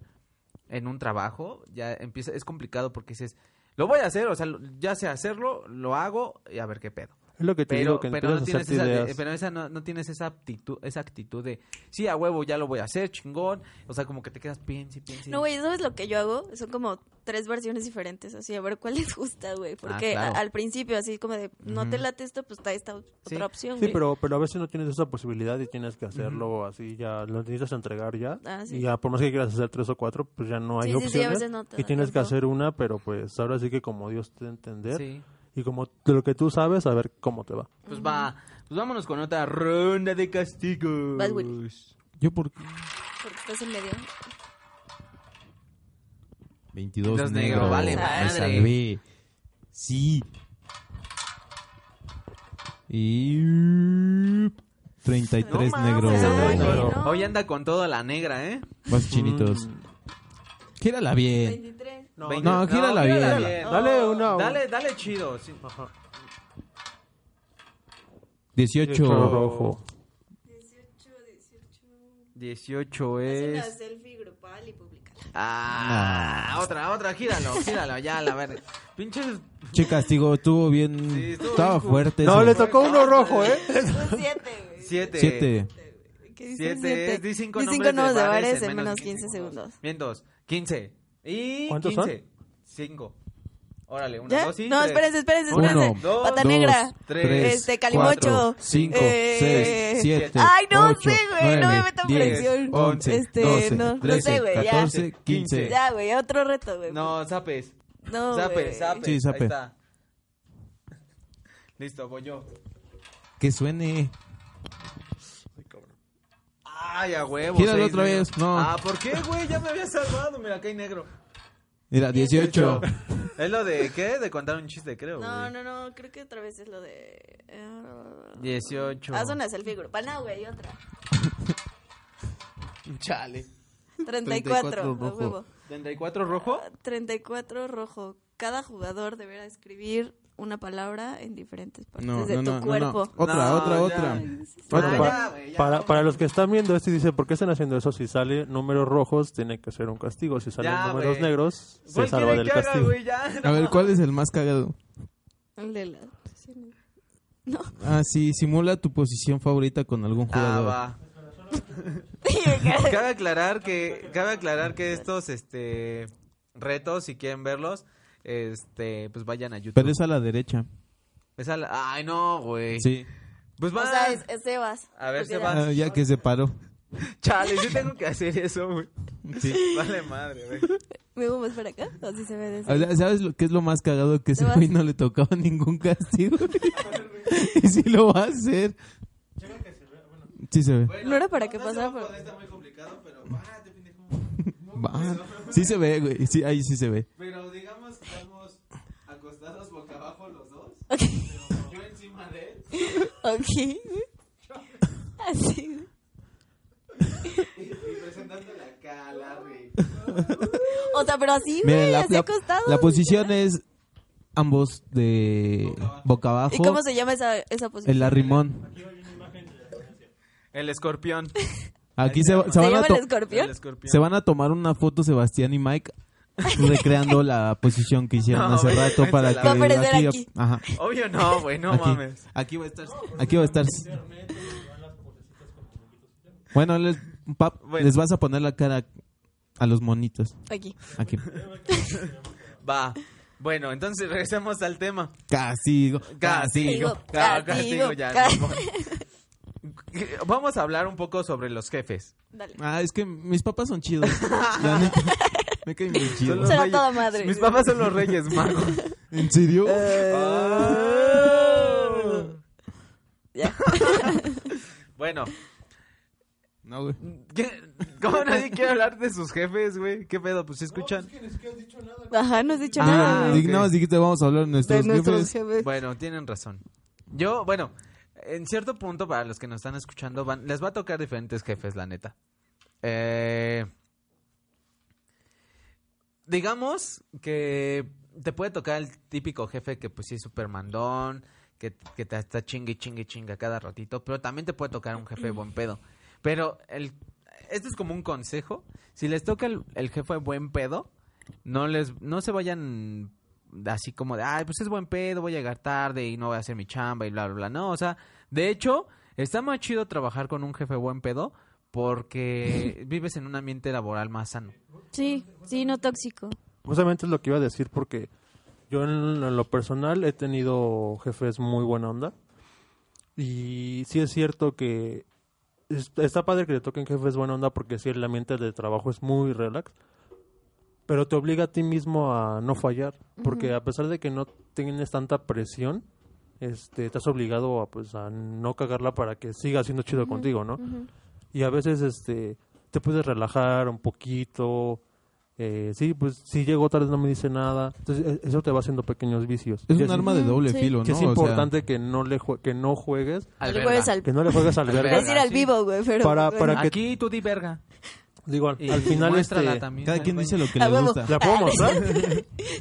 Speaker 1: en un trabajo, ya empieza. Es complicado porque dices, lo voy a hacer, o sea, lo- ya sé hacerlo, lo hago y a ver qué pedo.
Speaker 6: Es lo que te
Speaker 1: Pero,
Speaker 6: digo, que
Speaker 1: pero no
Speaker 6: empiezas a
Speaker 1: tienes
Speaker 6: hacerte
Speaker 1: esa,
Speaker 6: ideas.
Speaker 1: eh, pero esa no, no tienes esa actitud, esa actitud de sí a huevo ya lo voy a hacer, chingón. O sea, como que te quedas piensa y piensa. y-
Speaker 7: No, güey, ¿sabes lo que yo hago? Son como tres versiones diferentes, así, a ver cuál les gusta, güey. Porque
Speaker 1: claro.
Speaker 7: a- al principio, así como de, no te
Speaker 1: Ujú.
Speaker 7: late esto, pues está esta ot-
Speaker 1: Sí.
Speaker 7: otra opción.
Speaker 6: Sí,
Speaker 7: güey.
Speaker 6: pero, pero a veces no tienes esa posibilidad y tienes que hacerlo así, ya lo necesitas entregar ya.
Speaker 7: Ah, sí.
Speaker 6: Y ya por más que quieras hacer tres o cuatro, pues ya no hay
Speaker 7: Sí, sí, sí, a
Speaker 6: opciones.
Speaker 7: veces no te
Speaker 6: y
Speaker 7: da
Speaker 6: tienes que
Speaker 7: tiempo.
Speaker 6: hacer una, pero pues ahora sí que como Dios te dé a entender
Speaker 1: Sí.
Speaker 6: y como de lo que tú sabes, a ver cómo te va.
Speaker 1: Pues va, pues vámonos con otra ronda de castigos.
Speaker 7: Vas, Willy.
Speaker 4: Yo por
Speaker 7: Porque estás en medio.
Speaker 4: 22
Speaker 1: Dos
Speaker 4: negros
Speaker 1: negro,
Speaker 7: vale
Speaker 4: Me
Speaker 1: madre.
Speaker 4: salvé. Sí. Y 33
Speaker 1: No
Speaker 4: negros.
Speaker 7: mames,
Speaker 1: Ay,
Speaker 7: Ay,
Speaker 1: güey,
Speaker 7: no.
Speaker 1: Hoy anda con toda la negra, ¿eh?
Speaker 4: Vas chinitos.
Speaker 7: Mm.
Speaker 4: Gírala bien.
Speaker 7: 23.
Speaker 6: No,
Speaker 1: Veinte-
Speaker 4: no, gírala bien.
Speaker 6: Dale una-
Speaker 1: Dale, dale chido. sí.
Speaker 4: 18.
Speaker 6: Otro rojo.
Speaker 1: 18
Speaker 7: Haz una
Speaker 1: es.
Speaker 7: selfie grupal y públicala.
Speaker 1: Ah, otra, otra, gíralo, gíralo, ya, la verga. Pinches.
Speaker 4: Che castigo, estuvo bien.
Speaker 1: Sí, Ah, estuvo
Speaker 4: Estaba
Speaker 1: bien cool.
Speaker 4: fuerte.
Speaker 6: No,
Speaker 4: ese.
Speaker 6: le tocó uno rojo, ¿eh?
Speaker 7: Son siete, güey.
Speaker 1: 7.
Speaker 4: 7.
Speaker 7: ¿Qué dice
Speaker 1: Siete
Speaker 7: siete?
Speaker 1: es, di cinco
Speaker 7: Di
Speaker 1: nombres
Speaker 7: cinco
Speaker 1: de
Speaker 7: nombres de
Speaker 1: bares
Speaker 7: bares
Speaker 1: en
Speaker 7: en
Speaker 1: menos
Speaker 7: menos
Speaker 1: de
Speaker 7: 15
Speaker 1: quince
Speaker 7: segundos.
Speaker 1: Bien, dos. 15. Y.
Speaker 6: ¿Cuántos
Speaker 1: 15. 5. Órale, una,
Speaker 7: ¿Ya?
Speaker 1: dos y.
Speaker 7: No,
Speaker 1: tres.
Speaker 7: espérense, espérense,
Speaker 4: Uno,
Speaker 7: espérense.
Speaker 1: dos,
Speaker 7: Pata
Speaker 1: dos,
Speaker 7: negra.
Speaker 1: tres,
Speaker 7: este, calimocho.
Speaker 4: 5,
Speaker 7: Eh,
Speaker 4: 6, 7.
Speaker 7: Ay, no sé, güey, no me metan presión.
Speaker 4: 11,
Speaker 7: Este,
Speaker 4: 12,
Speaker 7: no, no
Speaker 4: 13,
Speaker 7: sé, güey, ya.
Speaker 4: 14, 15.
Speaker 7: Ya, güey, otro reto, güey.
Speaker 1: No, zapes.
Speaker 7: no
Speaker 1: Zape,
Speaker 7: güey.
Speaker 1: zape.
Speaker 4: Sí, zape.
Speaker 1: Ahí está. Listo, voy yo.
Speaker 4: Que suene.
Speaker 1: Ay, a huevo.
Speaker 4: Gíralo
Speaker 1: seis
Speaker 4: otra
Speaker 1: negros.
Speaker 4: vez, no.
Speaker 1: Ah, ¿por qué, güey? Ya me había salvado. Mira, acá hay negro.
Speaker 4: Mira, 18.
Speaker 1: Es lo de, ¿qué? De contar un chiste, creo.
Speaker 7: No,
Speaker 1: güey.
Speaker 7: no, no, creo que otra vez es lo de... eh,
Speaker 1: 18.
Speaker 7: Haz una selfie grupal. No, güey, otra.
Speaker 1: Chale.
Speaker 7: 34,
Speaker 4: 34
Speaker 7: a huevo.
Speaker 4: rojo.
Speaker 1: 34 rojo.
Speaker 7: 34 rojo. Cada jugador deberá escribir una palabra en diferentes partes
Speaker 4: No,
Speaker 7: de
Speaker 4: no,
Speaker 7: tu
Speaker 4: no, no, no.
Speaker 7: cuerpo.
Speaker 4: Otra,
Speaker 1: No,
Speaker 4: otra,
Speaker 1: ya.
Speaker 4: otra.
Speaker 6: Bueno,
Speaker 1: Ah,
Speaker 6: pa-
Speaker 1: ya, güey, ya,
Speaker 6: para,
Speaker 1: no.
Speaker 6: para los que están viendo esto y dicen, ¿por qué están haciendo eso? Si sale números rojos, tiene que ser un castigo. Si salen
Speaker 1: Ya,
Speaker 6: números
Speaker 1: güey.
Speaker 6: negros, se
Speaker 1: Güey,
Speaker 6: salva
Speaker 1: ¿quiere
Speaker 6: del
Speaker 1: que haga,
Speaker 6: castigo.
Speaker 1: güey? Ya,
Speaker 4: A
Speaker 1: no.
Speaker 4: ver, ¿cuál es el más cagado?
Speaker 7: El de la-
Speaker 4: Ah, sí, simula tu posición favorita con algún
Speaker 1: Ah,
Speaker 4: jugador.
Speaker 1: va. cabe aclarar que cabe aclarar que estos este retos si quieren verlos este pues vayan a YouTube
Speaker 4: Pero es a la derecha.
Speaker 1: Es a la- Ay, no, güey.
Speaker 4: Sí.
Speaker 1: Pues
Speaker 7: O
Speaker 1: va.
Speaker 7: sea, es, es Sebas.
Speaker 1: A ver,
Speaker 7: Porque
Speaker 1: Sebas.
Speaker 7: era-
Speaker 4: Ah, ya que se paró.
Speaker 1: Chale, yo tengo que hacer eso, güey.
Speaker 4: Sí.
Speaker 1: Vale madre, güey.
Speaker 7: ¿Me hubo más para acá? Así se ve de
Speaker 4: O sea, ¿Sabes lo que es lo más cagado? Que ese
Speaker 7: Te vas.
Speaker 4: güey no le tocaba ningún castigo. y si lo va a hacer. Sí se ve.
Speaker 7: No era para que pasara por...
Speaker 8: ah,
Speaker 4: Va. Sí se ve, güey. Sí, ahí sí se ve.
Speaker 8: Pero digamos que estamos acostados boca abajo los dos.
Speaker 7: Ok.
Speaker 8: Yo encima de él.
Speaker 7: Ok. Así. güey.
Speaker 8: Dándole acá a Larry.
Speaker 7: O sea, pero así,
Speaker 4: Mira,
Speaker 7: güey,
Speaker 4: la,
Speaker 7: así
Speaker 4: la-
Speaker 7: acostado.
Speaker 4: la posición es ambos de boca abajo.
Speaker 7: ¿Y cómo se llama esa, esa posición?
Speaker 4: El arrimón.
Speaker 1: El escorpión.
Speaker 4: Aquí se, va- se
Speaker 7: ¿Se
Speaker 4: van a
Speaker 7: llama
Speaker 4: to-
Speaker 7: el escorpión?
Speaker 1: El escorpión.
Speaker 4: se van a tomar una foto Sebastián y Mike recreando la posición que hicieron
Speaker 1: No,
Speaker 4: hace
Speaker 1: güey,
Speaker 4: rato para
Speaker 1: la-
Speaker 4: que
Speaker 7: Va a aparecer aquí.
Speaker 4: Ajá,
Speaker 1: Obvio no, güey, no
Speaker 4: aquí,
Speaker 1: mames.
Speaker 4: aquí va a estar aquí va a estar bueno les, pap,
Speaker 1: Bueno.
Speaker 4: les vas a poner la cara a los monitos
Speaker 7: Aquí.
Speaker 4: aquí
Speaker 1: Va. Bueno, entonces regresemos al tema.
Speaker 4: castigo
Speaker 1: Castigo.
Speaker 7: Castigo,
Speaker 1: Ca- Castigo,
Speaker 7: castigo,
Speaker 1: ya.
Speaker 7: castigo.
Speaker 1: Vamos a hablar un poco sobre los jefes.
Speaker 7: Dale.
Speaker 4: ah es que mis papás son chidos la neta me caen muy
Speaker 1: Son
Speaker 4: chidos
Speaker 1: los
Speaker 7: Será
Speaker 1: reyes-
Speaker 7: toda madre.
Speaker 1: Mis papás son los reyes magos.
Speaker 4: en serio
Speaker 1: Eh, Ah.
Speaker 7: Ya.
Speaker 1: Bueno,
Speaker 4: no güey
Speaker 1: ¿qué- ¿cómo nadie quiere hablar de sus jefes, güey? ¿Qué pedo? Pues si escuchan.
Speaker 7: Ajá, no has dicho nada.
Speaker 4: ah,
Speaker 7: güey.
Speaker 4: di- no dijiste vamos a hablar de nuestros,
Speaker 7: De nuestros
Speaker 4: jefes.
Speaker 7: jefes.
Speaker 1: Bueno, tienen razón. Yo, bueno, en cierto punto, para los que nos están escuchando, van, les va a tocar diferentes jefes, la neta. Eh, digamos que te puede tocar el típico jefe que, pues sí, es súper mandón, que, que te está chingue, chingue, chingue a cada ratito, pero también te puede tocar un jefe buen pedo. Pero el, esto es como un consejo. Si les toca el, el jefe buen pedo, no les no se vayan así como de, ay, pues es buen pedo, voy a llegar tarde y no voy a hacer mi chamba y bla, bla, bla. No, o sea, de hecho, está más chido trabajar con un jefe buen pedo porque vives en un ambiente laboral más sano.
Speaker 7: Sí, sí, no tóxico.
Speaker 6: Justamente es lo que iba a decir porque yo en, en lo personal he tenido jefes muy buena onda y sí es cierto que es- está padre que te toquen jefes buena onda porque sí el ambiente de trabajo es muy relax, pero te obliga a ti mismo a no fallar porque a pesar de que no tienes tanta presión este, estás obligado a, pues, a no cagarla para que siga siendo chido contigo, ¿no? Y a veces este, te puedes relajar un poquito, eh, sí, pues si llego tarde no me dice nada. Entonces e- eso te va haciendo pequeños vicios.
Speaker 4: es
Speaker 6: Que
Speaker 4: un arma de doble
Speaker 7: Mm, Sí.
Speaker 4: filo no
Speaker 6: Que es
Speaker 4: O sea,
Speaker 6: importante que no le jue- que no juegues,
Speaker 7: El jueves al...
Speaker 6: que no le juegues al
Speaker 1: Alberga.
Speaker 6: verga.
Speaker 7: Es ir al
Speaker 1: sí.
Speaker 7: vivo, güey, pero...
Speaker 6: Para-
Speaker 7: bueno.
Speaker 6: para que-
Speaker 1: Aquí tú di verga.
Speaker 6: Digo, al,
Speaker 1: Y
Speaker 6: al final
Speaker 1: muéstrala
Speaker 6: este,
Speaker 1: también.
Speaker 4: cada
Speaker 1: al
Speaker 4: quien
Speaker 1: dueño.
Speaker 4: dice lo que
Speaker 7: A
Speaker 4: le
Speaker 7: huevo.
Speaker 4: gusta
Speaker 6: ¿La puedo mostrar?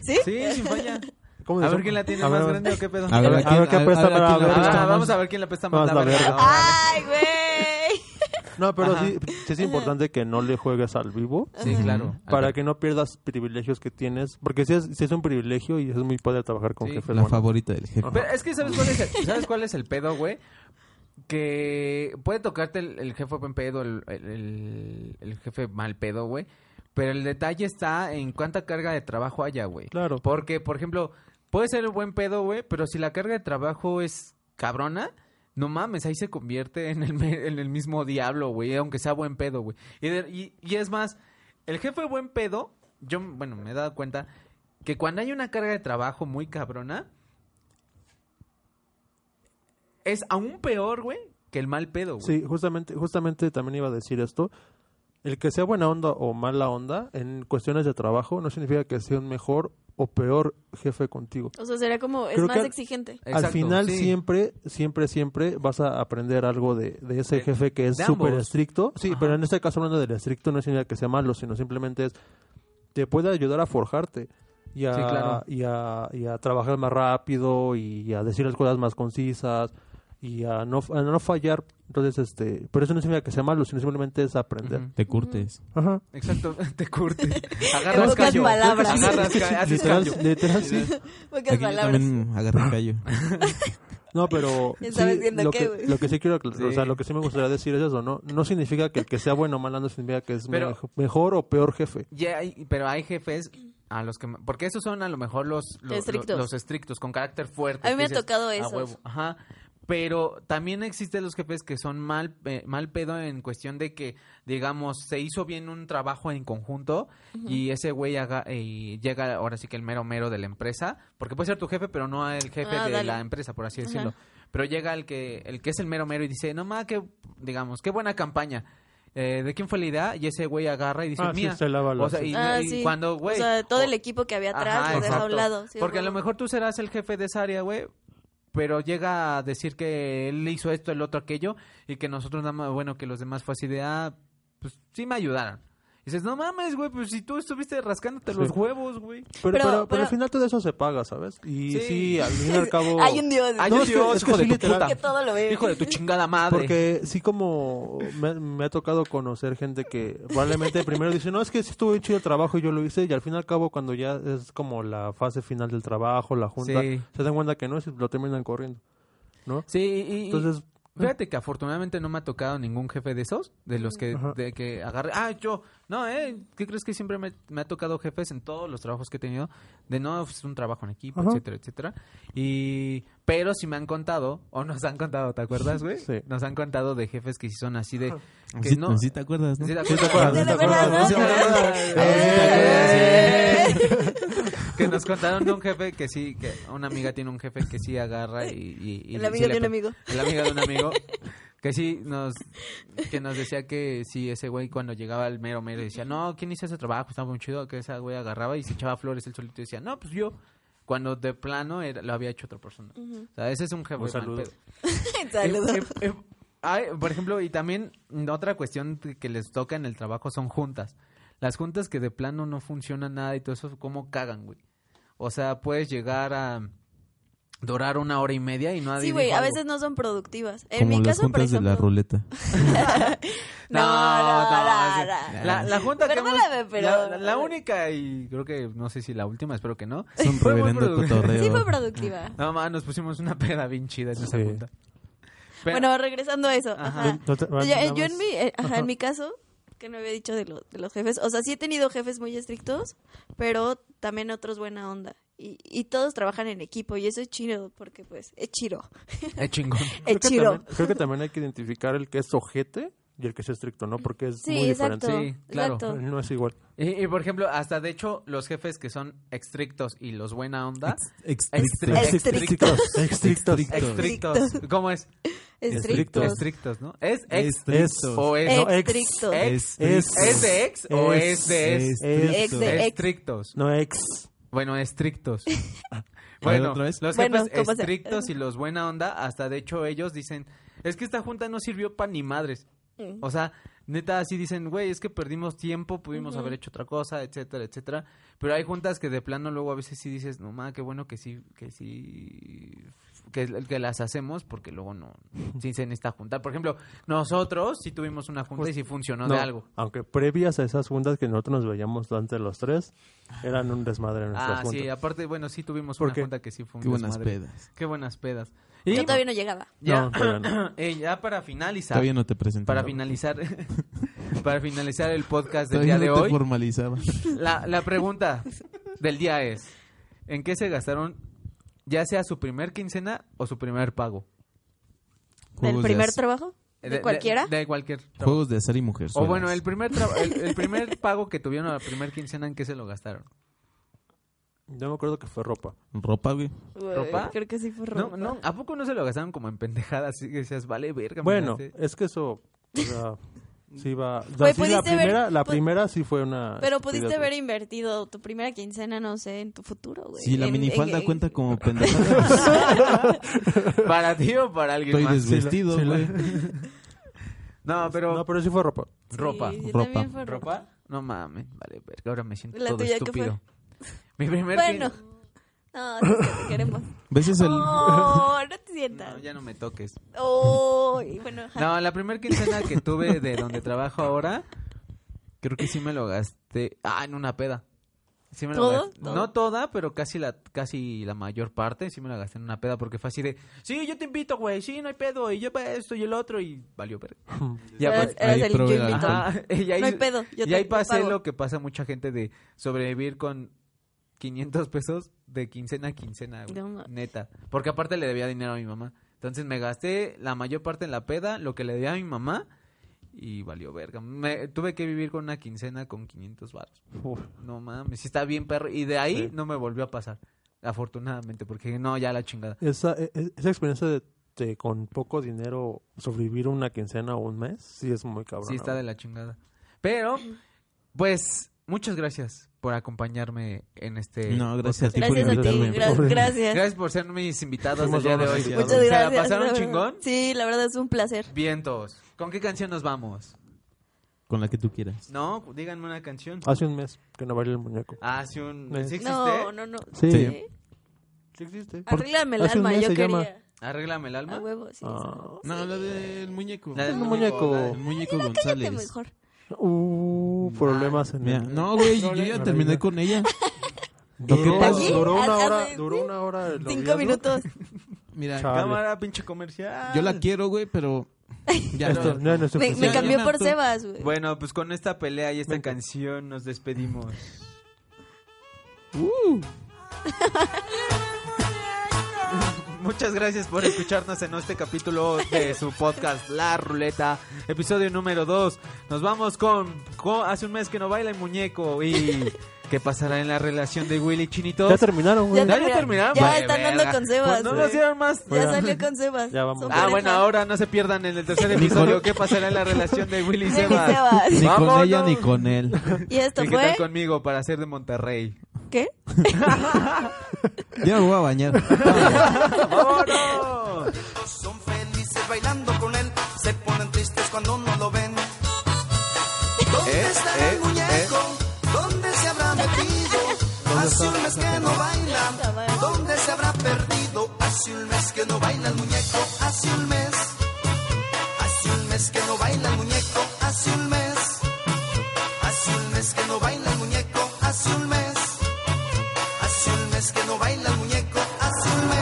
Speaker 7: ¿Sí?
Speaker 1: Sí, sin falla.
Speaker 6: ¿Cómo
Speaker 1: A
Speaker 6: se
Speaker 1: ver
Speaker 6: llama?
Speaker 1: quién la tiene
Speaker 6: A
Speaker 1: más
Speaker 6: ver,
Speaker 1: grande o qué pedo.
Speaker 4: A ver,
Speaker 6: A
Speaker 4: a quién-
Speaker 6: ver, ¿qué
Speaker 4: a-
Speaker 6: apesta
Speaker 4: a ver, a
Speaker 6: para
Speaker 4: quién le
Speaker 6: ver?
Speaker 4: gusta
Speaker 1: Ah,
Speaker 4: más?
Speaker 1: vamos a ver quién la pesta más
Speaker 6: Más
Speaker 1: la
Speaker 6: la
Speaker 1: verga.
Speaker 6: verga.
Speaker 1: Ah,
Speaker 7: ¡Ay, güey!
Speaker 6: No, pero
Speaker 1: Ajá.
Speaker 6: sí, sí es importante que no le juegues al vivo.
Speaker 1: Sí, claro.
Speaker 6: Para que no pierdas privilegios que tienes. Porque si es, sí es un privilegio y es muy padre trabajar con
Speaker 1: Sí,
Speaker 6: jefes.
Speaker 4: la
Speaker 6: buenos.
Speaker 4: favorita del jefe
Speaker 1: Pero es que ¿sabes cuál es el, ¿sabes cuál es el pedo, güey? Que puede tocarte el, el jefe buen pedo, el, el- el- el jefe mal pedo, güey. Pero el detalle está en cuánta carga de trabajo haya, güey.
Speaker 6: Claro.
Speaker 1: Porque, por ejemplo, puede ser el buen pedo, güey, pero si la carga de trabajo es cabrona, no mames, ahí se convierte en el, me- en el mismo diablo, güey, aunque sea buen pedo, güey. Y, de- y- y es más, el jefe buen pedo, yo, bueno, me he dado cuenta que cuando hay una carga de trabajo muy cabrona, es aún peor, güey, que el mal pedo, güey.
Speaker 6: Sí, justamente, justamente también iba a decir esto. El que sea buena onda o mala onda en cuestiones de trabajo no significa que sea un mejor o peor jefe contigo.
Speaker 7: O sea, será como... Es
Speaker 6: Creo
Speaker 7: más
Speaker 6: que-
Speaker 7: exigente.
Speaker 6: Al
Speaker 1: Exacto,
Speaker 6: final
Speaker 1: sí.
Speaker 6: siempre, siempre, siempre vas a aprender algo de, de ese
Speaker 1: De-
Speaker 6: jefe que es
Speaker 1: de
Speaker 6: súper
Speaker 1: ambos.
Speaker 6: estricto. Sí,
Speaker 1: Ajá.
Speaker 6: pero en este caso hablando del estricto no significa que sea malo, sino simplemente es te puede ayudar a forjarte y a,
Speaker 1: Sí, claro.
Speaker 6: y a, y a trabajar más rápido y a decir las cosas más concisas y a no, a no fallar. Entonces, este, pero eso no significa que sea malo, sino simplemente es aprender.
Speaker 1: Ujú.
Speaker 4: te curtes
Speaker 6: Ajá.
Speaker 1: Exacto, te curte.
Speaker 7: En
Speaker 1: Agarras
Speaker 7: pocas
Speaker 1: callo.
Speaker 7: palabras.
Speaker 1: Agarras callo. Haces
Speaker 6: Literal,
Speaker 1: callo.
Speaker 6: literal, sí.
Speaker 7: Pocas
Speaker 4: Aquí yo
Speaker 7: palabras.
Speaker 4: también agarré un callo.
Speaker 6: No, pero
Speaker 7: Ya
Speaker 6: sí,
Speaker 7: sabes bien de
Speaker 6: lo,
Speaker 7: qué,
Speaker 6: que,
Speaker 7: güey.
Speaker 6: lo que sí quiero aclarar, o sea,
Speaker 1: Sí.
Speaker 6: lo que sí me gustaría decir es eso, ¿no? No significa que el que sea bueno o malo no significa que es
Speaker 1: Pero-
Speaker 6: mej- mejor o peor jefe.
Speaker 1: Ya hay- pero hay jefes A los que... Porque esos son a lo mejor los... lo- lo-
Speaker 7: Estrictos.
Speaker 1: Los estrictos, con carácter fuerte.
Speaker 7: A mí me
Speaker 1: que
Speaker 7: han tocado
Speaker 1: "A
Speaker 7: esos".
Speaker 1: huevo". Ajá. Pero también existen los jefes que son mal, eh, mal pedo en cuestión de que, digamos, se hizo bien un trabajo en conjunto y ese güey haga- eh, llega ahora sí que el mero mero de la empresa, porque puede ser tu jefe, pero no el jefe
Speaker 7: Ah,
Speaker 1: de
Speaker 7: dale.
Speaker 1: la empresa, por así
Speaker 7: Ajá.
Speaker 1: decirlo. Pero llega el que, el que es el mero mero y dice, no más que, digamos, qué buena campaña. Eh, ¿De quién fue la idea? Y ese güey agarra y dice,
Speaker 6: Ah, sí,
Speaker 1: mía.
Speaker 6: se lava
Speaker 1: o
Speaker 6: las-
Speaker 1: sea, y,
Speaker 7: Ah,
Speaker 1: y
Speaker 7: sí.
Speaker 1: cuando, güey.
Speaker 7: O sea, todo
Speaker 1: o-
Speaker 7: el equipo que había atrás
Speaker 1: Oh. Ajá,
Speaker 7: lo deja a un
Speaker 1: exacto.
Speaker 7: lado. sí,
Speaker 1: Porque a lo
Speaker 7: huevo.
Speaker 1: mejor tú serás el jefe de esa área, güey. Pero llega a decir que él hizo esto, el otro, aquello. Y que nosotros nada más, bueno, que los demás fue así de, ah, pues sí me ayudaron. Y dices, no mames, güey, pues si tú estuviste rascándote los huevos, güey.
Speaker 6: Pero,
Speaker 7: Pero-
Speaker 6: pero,
Speaker 7: pero-
Speaker 6: pero al final todo eso se paga, ¿sabes? Y
Speaker 1: Sí.
Speaker 6: sí, al fin y al cabo...
Speaker 7: Hay un dios.
Speaker 1: Ay,
Speaker 6: No,
Speaker 1: un
Speaker 6: es que-
Speaker 1: Dios,
Speaker 6: es que
Speaker 1: hijo
Speaker 6: sí,
Speaker 1: de tu
Speaker 6: literal.
Speaker 1: puta.
Speaker 7: que todo lo ve.
Speaker 1: Hijo de tu chingada madre.
Speaker 6: Porque sí como me, me ha tocado conocer gente que probablemente primero dice, no, es que sí estuvo bien chido el trabajo y yo lo hice, y al fin y al cabo cuando ya es como la fase final del trabajo, la junta,
Speaker 1: Sí.
Speaker 6: se dan cuenta que no es y lo terminan corriendo, ¿no?
Speaker 1: Sí, y- y-
Speaker 6: Entonces,
Speaker 1: Fíjate que afortunadamente no me ha tocado ningún jefe de esos, de los que,
Speaker 6: Ajá.
Speaker 1: de que agarre. Ah, yo, no, ¿eh? ¿Qué crees que siempre me, me ha tocado jefes en todos los trabajos que he tenido? De no, es un trabajo en equipo,
Speaker 6: Ajá.
Speaker 1: etcétera, etcétera. Y, pero si me han contado, o nos han contado, ¿te acuerdas, güey?
Speaker 6: Sí.
Speaker 1: Nos han contado de jefes que sí son así de. Que
Speaker 4: Sí, pues,
Speaker 1: no.
Speaker 4: sí te acuerdas, ¿no?
Speaker 1: ¿Sí te
Speaker 6: ¿sí te
Speaker 1: acuerdas?
Speaker 6: acuerdas?
Speaker 7: ¿De
Speaker 6: ¿Sí te
Speaker 7: veras,
Speaker 6: acuerdas?
Speaker 7: no?
Speaker 6: ¿Sí te acuerdas?
Speaker 1: que nos contaron de un jefe que sí, que una amiga tiene un jefe que sí agarra y... y, y-
Speaker 7: El
Speaker 1: y
Speaker 7: amigo
Speaker 1: sí le
Speaker 7: de un
Speaker 1: pe-
Speaker 7: amigo.
Speaker 1: El amigo de un amigo. Que sí nos, que nos decía que sí, ese güey cuando llegaba el mero mero decía, no, ¿quién hizo ese trabajo? Estaba muy chido, que esa güey agarraba y se echaba flores el solito y decía, no, pues yo. Cuando de plano era- lo había hecho otra persona. O sea, ese es un jefe
Speaker 6: Un
Speaker 1: mal
Speaker 6: saludo.
Speaker 1: pedo.
Speaker 7: Saludos.
Speaker 1: Eh, eh, eh, hay, por ejemplo, y también mm, otra cuestión que que les toca en el trabajo son juntas. Las juntas que de plano no funcionan nada y todo eso, ¿cómo cagan, güey? O sea, puedes llegar a durar una hora y media y nadie
Speaker 7: Sí, güey,
Speaker 1: dijo
Speaker 7: a
Speaker 1: algo.
Speaker 7: veces no son productivas. En
Speaker 4: Como
Speaker 7: mi
Speaker 4: las
Speaker 7: caso, por
Speaker 4: juntas de
Speaker 7: ejemplo...
Speaker 4: la ruleta.
Speaker 7: No, no, no, no.
Speaker 1: La, la junta que hemos-
Speaker 7: Perdóname, pero-
Speaker 1: la, la- la única y creo que, no sé si la última, espero que no.
Speaker 4: Es un
Speaker 1: Fue muy
Speaker 4: reverendo
Speaker 1: produ-
Speaker 4: cotorreo.
Speaker 7: Sí fue productiva.
Speaker 1: No, más nos pusimos una peda bien chida en esa
Speaker 6: Sí.
Speaker 1: junta. Pero-
Speaker 7: bueno, regresando a eso.
Speaker 1: Ajá.
Speaker 7: ajá.
Speaker 6: No te-
Speaker 7: Yo,
Speaker 6: nada
Speaker 7: yo en,
Speaker 6: más.
Speaker 7: mi, eh, ajá, en mi caso, que no había dicho de, lo- de los jefes, o sea, sí he tenido jefes muy estrictos, pero también otros buena onda. Y, y todos trabajan en equipo y eso es chido, porque pues es chido.
Speaker 1: Eh, chingón.
Speaker 7: Es
Speaker 6: Creo que
Speaker 7: chido.
Speaker 6: también- creo que también hay que identificar el que es ojete y el que es estricto, ¿no? Porque es muy
Speaker 7: Sí, exacto.
Speaker 6: diferente.
Speaker 1: Sí, claro.
Speaker 7: exacto.
Speaker 6: No es igual.
Speaker 1: Y, y, por ejemplo, hasta de hecho, los jefes que son estrictos y los buena onda.
Speaker 7: Estrictos.
Speaker 6: Estrictos.
Speaker 1: Estrictos. ¿Cómo es?
Speaker 7: Estrictos.
Speaker 1: Estrictos, ¿no? ¿Es ex
Speaker 4: Estrictos.
Speaker 1: o es?
Speaker 6: No, ex.
Speaker 7: Estrictos.
Speaker 1: ex.
Speaker 6: Es-
Speaker 1: ¿Es de ex o es de es?
Speaker 7: Ex de ex.
Speaker 1: Estrictos.
Speaker 6: No, ex.
Speaker 1: Bueno, estrictos.
Speaker 4: ver,
Speaker 1: Bueno,
Speaker 4: ¿otra vez?
Speaker 1: los
Speaker 7: Bueno,
Speaker 1: jefes
Speaker 7: ¿cómo se-
Speaker 1: estrictos y los buena onda, hasta de hecho ellos dicen, es que esta junta no sirvió para ni madres.
Speaker 7: Mm.
Speaker 1: O sea, neta, así dicen, güey, es que perdimos tiempo, pudimos haber hecho otra cosa, etcétera, etcétera. Pero hay juntas que de plano luego a veces sí dices, no, ma, qué bueno que sí, que sí, que, que las hacemos porque luego no, sí se necesita juntar. Por ejemplo, nosotros sí tuvimos una junta y sí funcionó de algo.
Speaker 6: Aunque previas a esas juntas que nosotros nos veíamos antes los tres, eran un desmadre en nuestras
Speaker 1: Ah,
Speaker 6: juntas.
Speaker 1: sí, aparte, bueno, sí tuvimos
Speaker 6: ¿Por
Speaker 1: una
Speaker 6: qué?
Speaker 1: junta que sí fue un
Speaker 4: Qué buenas
Speaker 1: desmadre.
Speaker 4: pedas.
Speaker 1: Qué buenas pedas. Y
Speaker 7: Yo todavía no llegaba.
Speaker 1: ya,
Speaker 6: No, todavía no.
Speaker 1: eh, ya para finalizar,
Speaker 4: Todavía no te presenté.
Speaker 1: para finalizar, para finalizar el podcast del
Speaker 4: Todavía
Speaker 1: día de
Speaker 4: no te
Speaker 1: hoy,
Speaker 4: formalizaba.
Speaker 1: la, la pregunta del día es, ¿en qué se gastaron ya sea su primer quincena o su primer pago?
Speaker 7: ¿Del
Speaker 4: Juegos de
Speaker 7: primer
Speaker 4: az-
Speaker 7: trabajo? ¿De, cualquiera?
Speaker 1: De, cualquier.
Speaker 4: Juegos de azar y mujer.
Speaker 1: O bueno, el primer, tra- el, el primer pago que tuvieron a la primer quincena, ¿en qué se lo gastaron?
Speaker 6: Yo me acuerdo que fue ropa.
Speaker 4: Ropa, güey.
Speaker 7: Güey,
Speaker 1: ¿Ropa?
Speaker 7: Creo que sí fue
Speaker 1: No,
Speaker 7: ropa.
Speaker 1: no, ¿A poco no se lo gastaron como en pendejadas? Así que decías, vale, verga. me
Speaker 6: Bueno,
Speaker 1: gasté?
Speaker 6: es que eso. o sea, sí, va.
Speaker 7: Güey,
Speaker 6: sí, la
Speaker 7: pudiste ver-
Speaker 6: primera, la
Speaker 7: pu-
Speaker 6: primera sí fue una.
Speaker 7: Pero
Speaker 6: estupidez,
Speaker 7: pudiste haber
Speaker 6: güey.
Speaker 7: invertido tu primera quincena, no sé, en tu futuro, güey.
Speaker 4: Si la
Speaker 7: En- en-
Speaker 4: minifalda
Speaker 7: en-
Speaker 4: cuenta como pendejada,
Speaker 1: ¿Para ti o para alguien
Speaker 4: estoy
Speaker 1: más?
Speaker 4: desvestido,
Speaker 6: sí, la-
Speaker 4: güey.
Speaker 1: No, pero...
Speaker 6: No, pero sí fue ropa.
Speaker 1: Ropa.
Speaker 7: Sí, sí,
Speaker 4: Ropa.
Speaker 7: también fue ropa.
Speaker 1: ¿Ropa? No mames, vale, verga, ahora me siento
Speaker 7: La
Speaker 1: todo
Speaker 7: tuya, ¿qué
Speaker 1: estúpido. Mi primer
Speaker 7: Bueno.
Speaker 1: quin-
Speaker 7: No, sí, que te queremos.
Speaker 4: ¿Ves es el...?
Speaker 7: Oh. No, no te sientas.
Speaker 1: No, ya no me toques.
Speaker 7: Oh, y bueno, ajá.
Speaker 1: No, la primera quincena que tuve de donde trabajo ahora, creo que sí me lo gasté. Ah, en una peda. Sí me lo
Speaker 7: ¿Todo?
Speaker 1: gasté.
Speaker 7: ¿Todo?
Speaker 1: No toda, pero casi la, casi la mayor parte sí me la gasté en una peda porque fue así de, sí, yo te invito, güey, sí, no hay pedo, y yo pa' esto y el otro, y valió verga. Ya
Speaker 7: Eras-
Speaker 1: pues,
Speaker 7: eras
Speaker 4: ahí
Speaker 7: el
Speaker 4: probé
Speaker 7: yo
Speaker 4: el
Speaker 7: invito.
Speaker 1: Ajá,
Speaker 4: alcohol.
Speaker 1: y ahí,
Speaker 7: No hay pedo, yo
Speaker 1: y
Speaker 7: te-
Speaker 1: ahí
Speaker 7: yo
Speaker 1: pasé
Speaker 7: pago.
Speaker 1: lo que pasa a mucha gente de sobrevivir con 500 pesos de quincena a quincena, güey.
Speaker 7: No mames.
Speaker 1: Neta. Porque aparte le debía dinero a mi mamá. Entonces me gasté la mayor parte en la peda, lo que le debía a mi mamá. Y valió verga. Me, tuve que vivir con una quincena con 500 baros. No mames, sí está bien perro. Y de ahí
Speaker 6: Sí.
Speaker 1: no me volvió a pasar. Afortunadamente, porque no, ya la chingada.
Speaker 6: Esa, e- e- esa experiencia de, de con poco dinero sobrevivir una quincena o un mes, sí es muy cabrón.
Speaker 1: Sí está de la chingada. Pero, pues, muchas gracias por acompañarme en este...
Speaker 4: No, gracias a ti por
Speaker 7: Gracias a ti,
Speaker 4: invitarme.
Speaker 7: gra-
Speaker 6: pobre.
Speaker 7: gracias.
Speaker 1: Gracias por ser mis invitados
Speaker 6: Somos
Speaker 1: del día de hoy.
Speaker 6: buenos
Speaker 7: Muchas
Speaker 1: ¿Se la
Speaker 7: gracias.
Speaker 1: pasaron
Speaker 7: la verdad.
Speaker 1: chingón?
Speaker 7: Sí, la verdad es un placer.
Speaker 1: Vientos. ¿Con qué canción nos vamos?
Speaker 4: Con la que tú quieras.
Speaker 1: No, díganme una canción.
Speaker 4: Ah.
Speaker 6: Hace un mes que no bailé el muñeco.
Speaker 1: Hace un...
Speaker 4: Eh.
Speaker 1: ¿Sí existe?
Speaker 7: No, no, no.
Speaker 6: Sí.
Speaker 7: ¿Sí?
Speaker 6: Sí existe.
Speaker 7: Arréglame el
Speaker 6: Hace un
Speaker 7: alma,
Speaker 6: mes
Speaker 7: yo
Speaker 6: se
Speaker 7: quería.
Speaker 6: llama-
Speaker 1: Arréglame el
Speaker 7: A
Speaker 1: alma.
Speaker 7: huevo, sí.
Speaker 6: Ah.
Speaker 7: sí.
Speaker 4: No, la del muñeco.
Speaker 1: La del
Speaker 6: Un muñeco.
Speaker 4: El muñeco
Speaker 7: Cállate
Speaker 4: González.
Speaker 7: mejor.
Speaker 6: Uh, problemas en
Speaker 4: Mira,
Speaker 6: el-
Speaker 4: no, güey, yo ya terminé con ella. Lo que
Speaker 6: Duró,
Speaker 4: pasa-
Speaker 7: ¿Aquí?
Speaker 6: duró una
Speaker 7: Al- al-
Speaker 6: hora,
Speaker 7: sí.
Speaker 6: duró una hora el
Speaker 7: Cinco
Speaker 6: noviazgo.
Speaker 7: minutos.
Speaker 4: Mira,
Speaker 6: Chao.
Speaker 1: Cámara, pinche comercial.
Speaker 4: yo la quiero, güey, pero ya
Speaker 6: Esto
Speaker 4: no.
Speaker 6: Este, no es nuestro
Speaker 7: Me, me
Speaker 4: Ya,
Speaker 6: especial.
Speaker 4: cam-
Speaker 7: cambió
Speaker 4: ya me
Speaker 7: por
Speaker 4: hartó.
Speaker 7: Sebas, güey.
Speaker 1: Bueno, pues con esta pelea y esta canción nos despedimos. Muchas gracias por escucharnos en este capítulo de su podcast La Ruleta, episodio número 2. Nos vamos con, con- hace un mes que no baila el muñeco y qué pasará en la relación de Willy y Chinito.
Speaker 6: Ya terminaron, güey.
Speaker 7: Ya
Speaker 1: ya terminaron,
Speaker 7: Ya
Speaker 1: vale,
Speaker 7: están
Speaker 1: verga.
Speaker 7: dando con Sebas.
Speaker 1: Pues no
Speaker 7: güey.
Speaker 1: nos dieron más.
Speaker 7: ya salió con Sebas.
Speaker 6: Ya vamos.
Speaker 7: Son
Speaker 1: Ah,
Speaker 7: pareja.
Speaker 1: bueno, ahora no se pierdan en el tercer episodio qué pasará en la relación de Willy y
Speaker 7: Willy y
Speaker 1: Sebas.
Speaker 7: Sebas.
Speaker 4: Ni con ella
Speaker 1: Vámonos.
Speaker 4: ni con él.
Speaker 7: Y esto
Speaker 1: ¿Y qué
Speaker 7: fue.
Speaker 1: tal conmigo para ser de Monterrey?
Speaker 7: ¿Qué?
Speaker 4: Ya me voy a bañar.
Speaker 1: ¡Vámonos!
Speaker 8: Son felices bailando con él, se ponen tristes cuando no lo ven. ¿Dónde
Speaker 1: Eh,
Speaker 8: estará
Speaker 1: eh,
Speaker 8: el muñeco? ¿Dónde se habrá metido? Hace un mes que no baila. ¿Dónde se habrá perdido? Hace un mes que no baila el muñeco. Hace un mes. Hace un mes que no baila el muñeco. Hace un mes. Hace un mes que no baila el muñeco. Hace un mes. Hace un mes que no baila el muñeco. Hace un mes.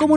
Speaker 9: Como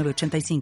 Speaker 9: 906985.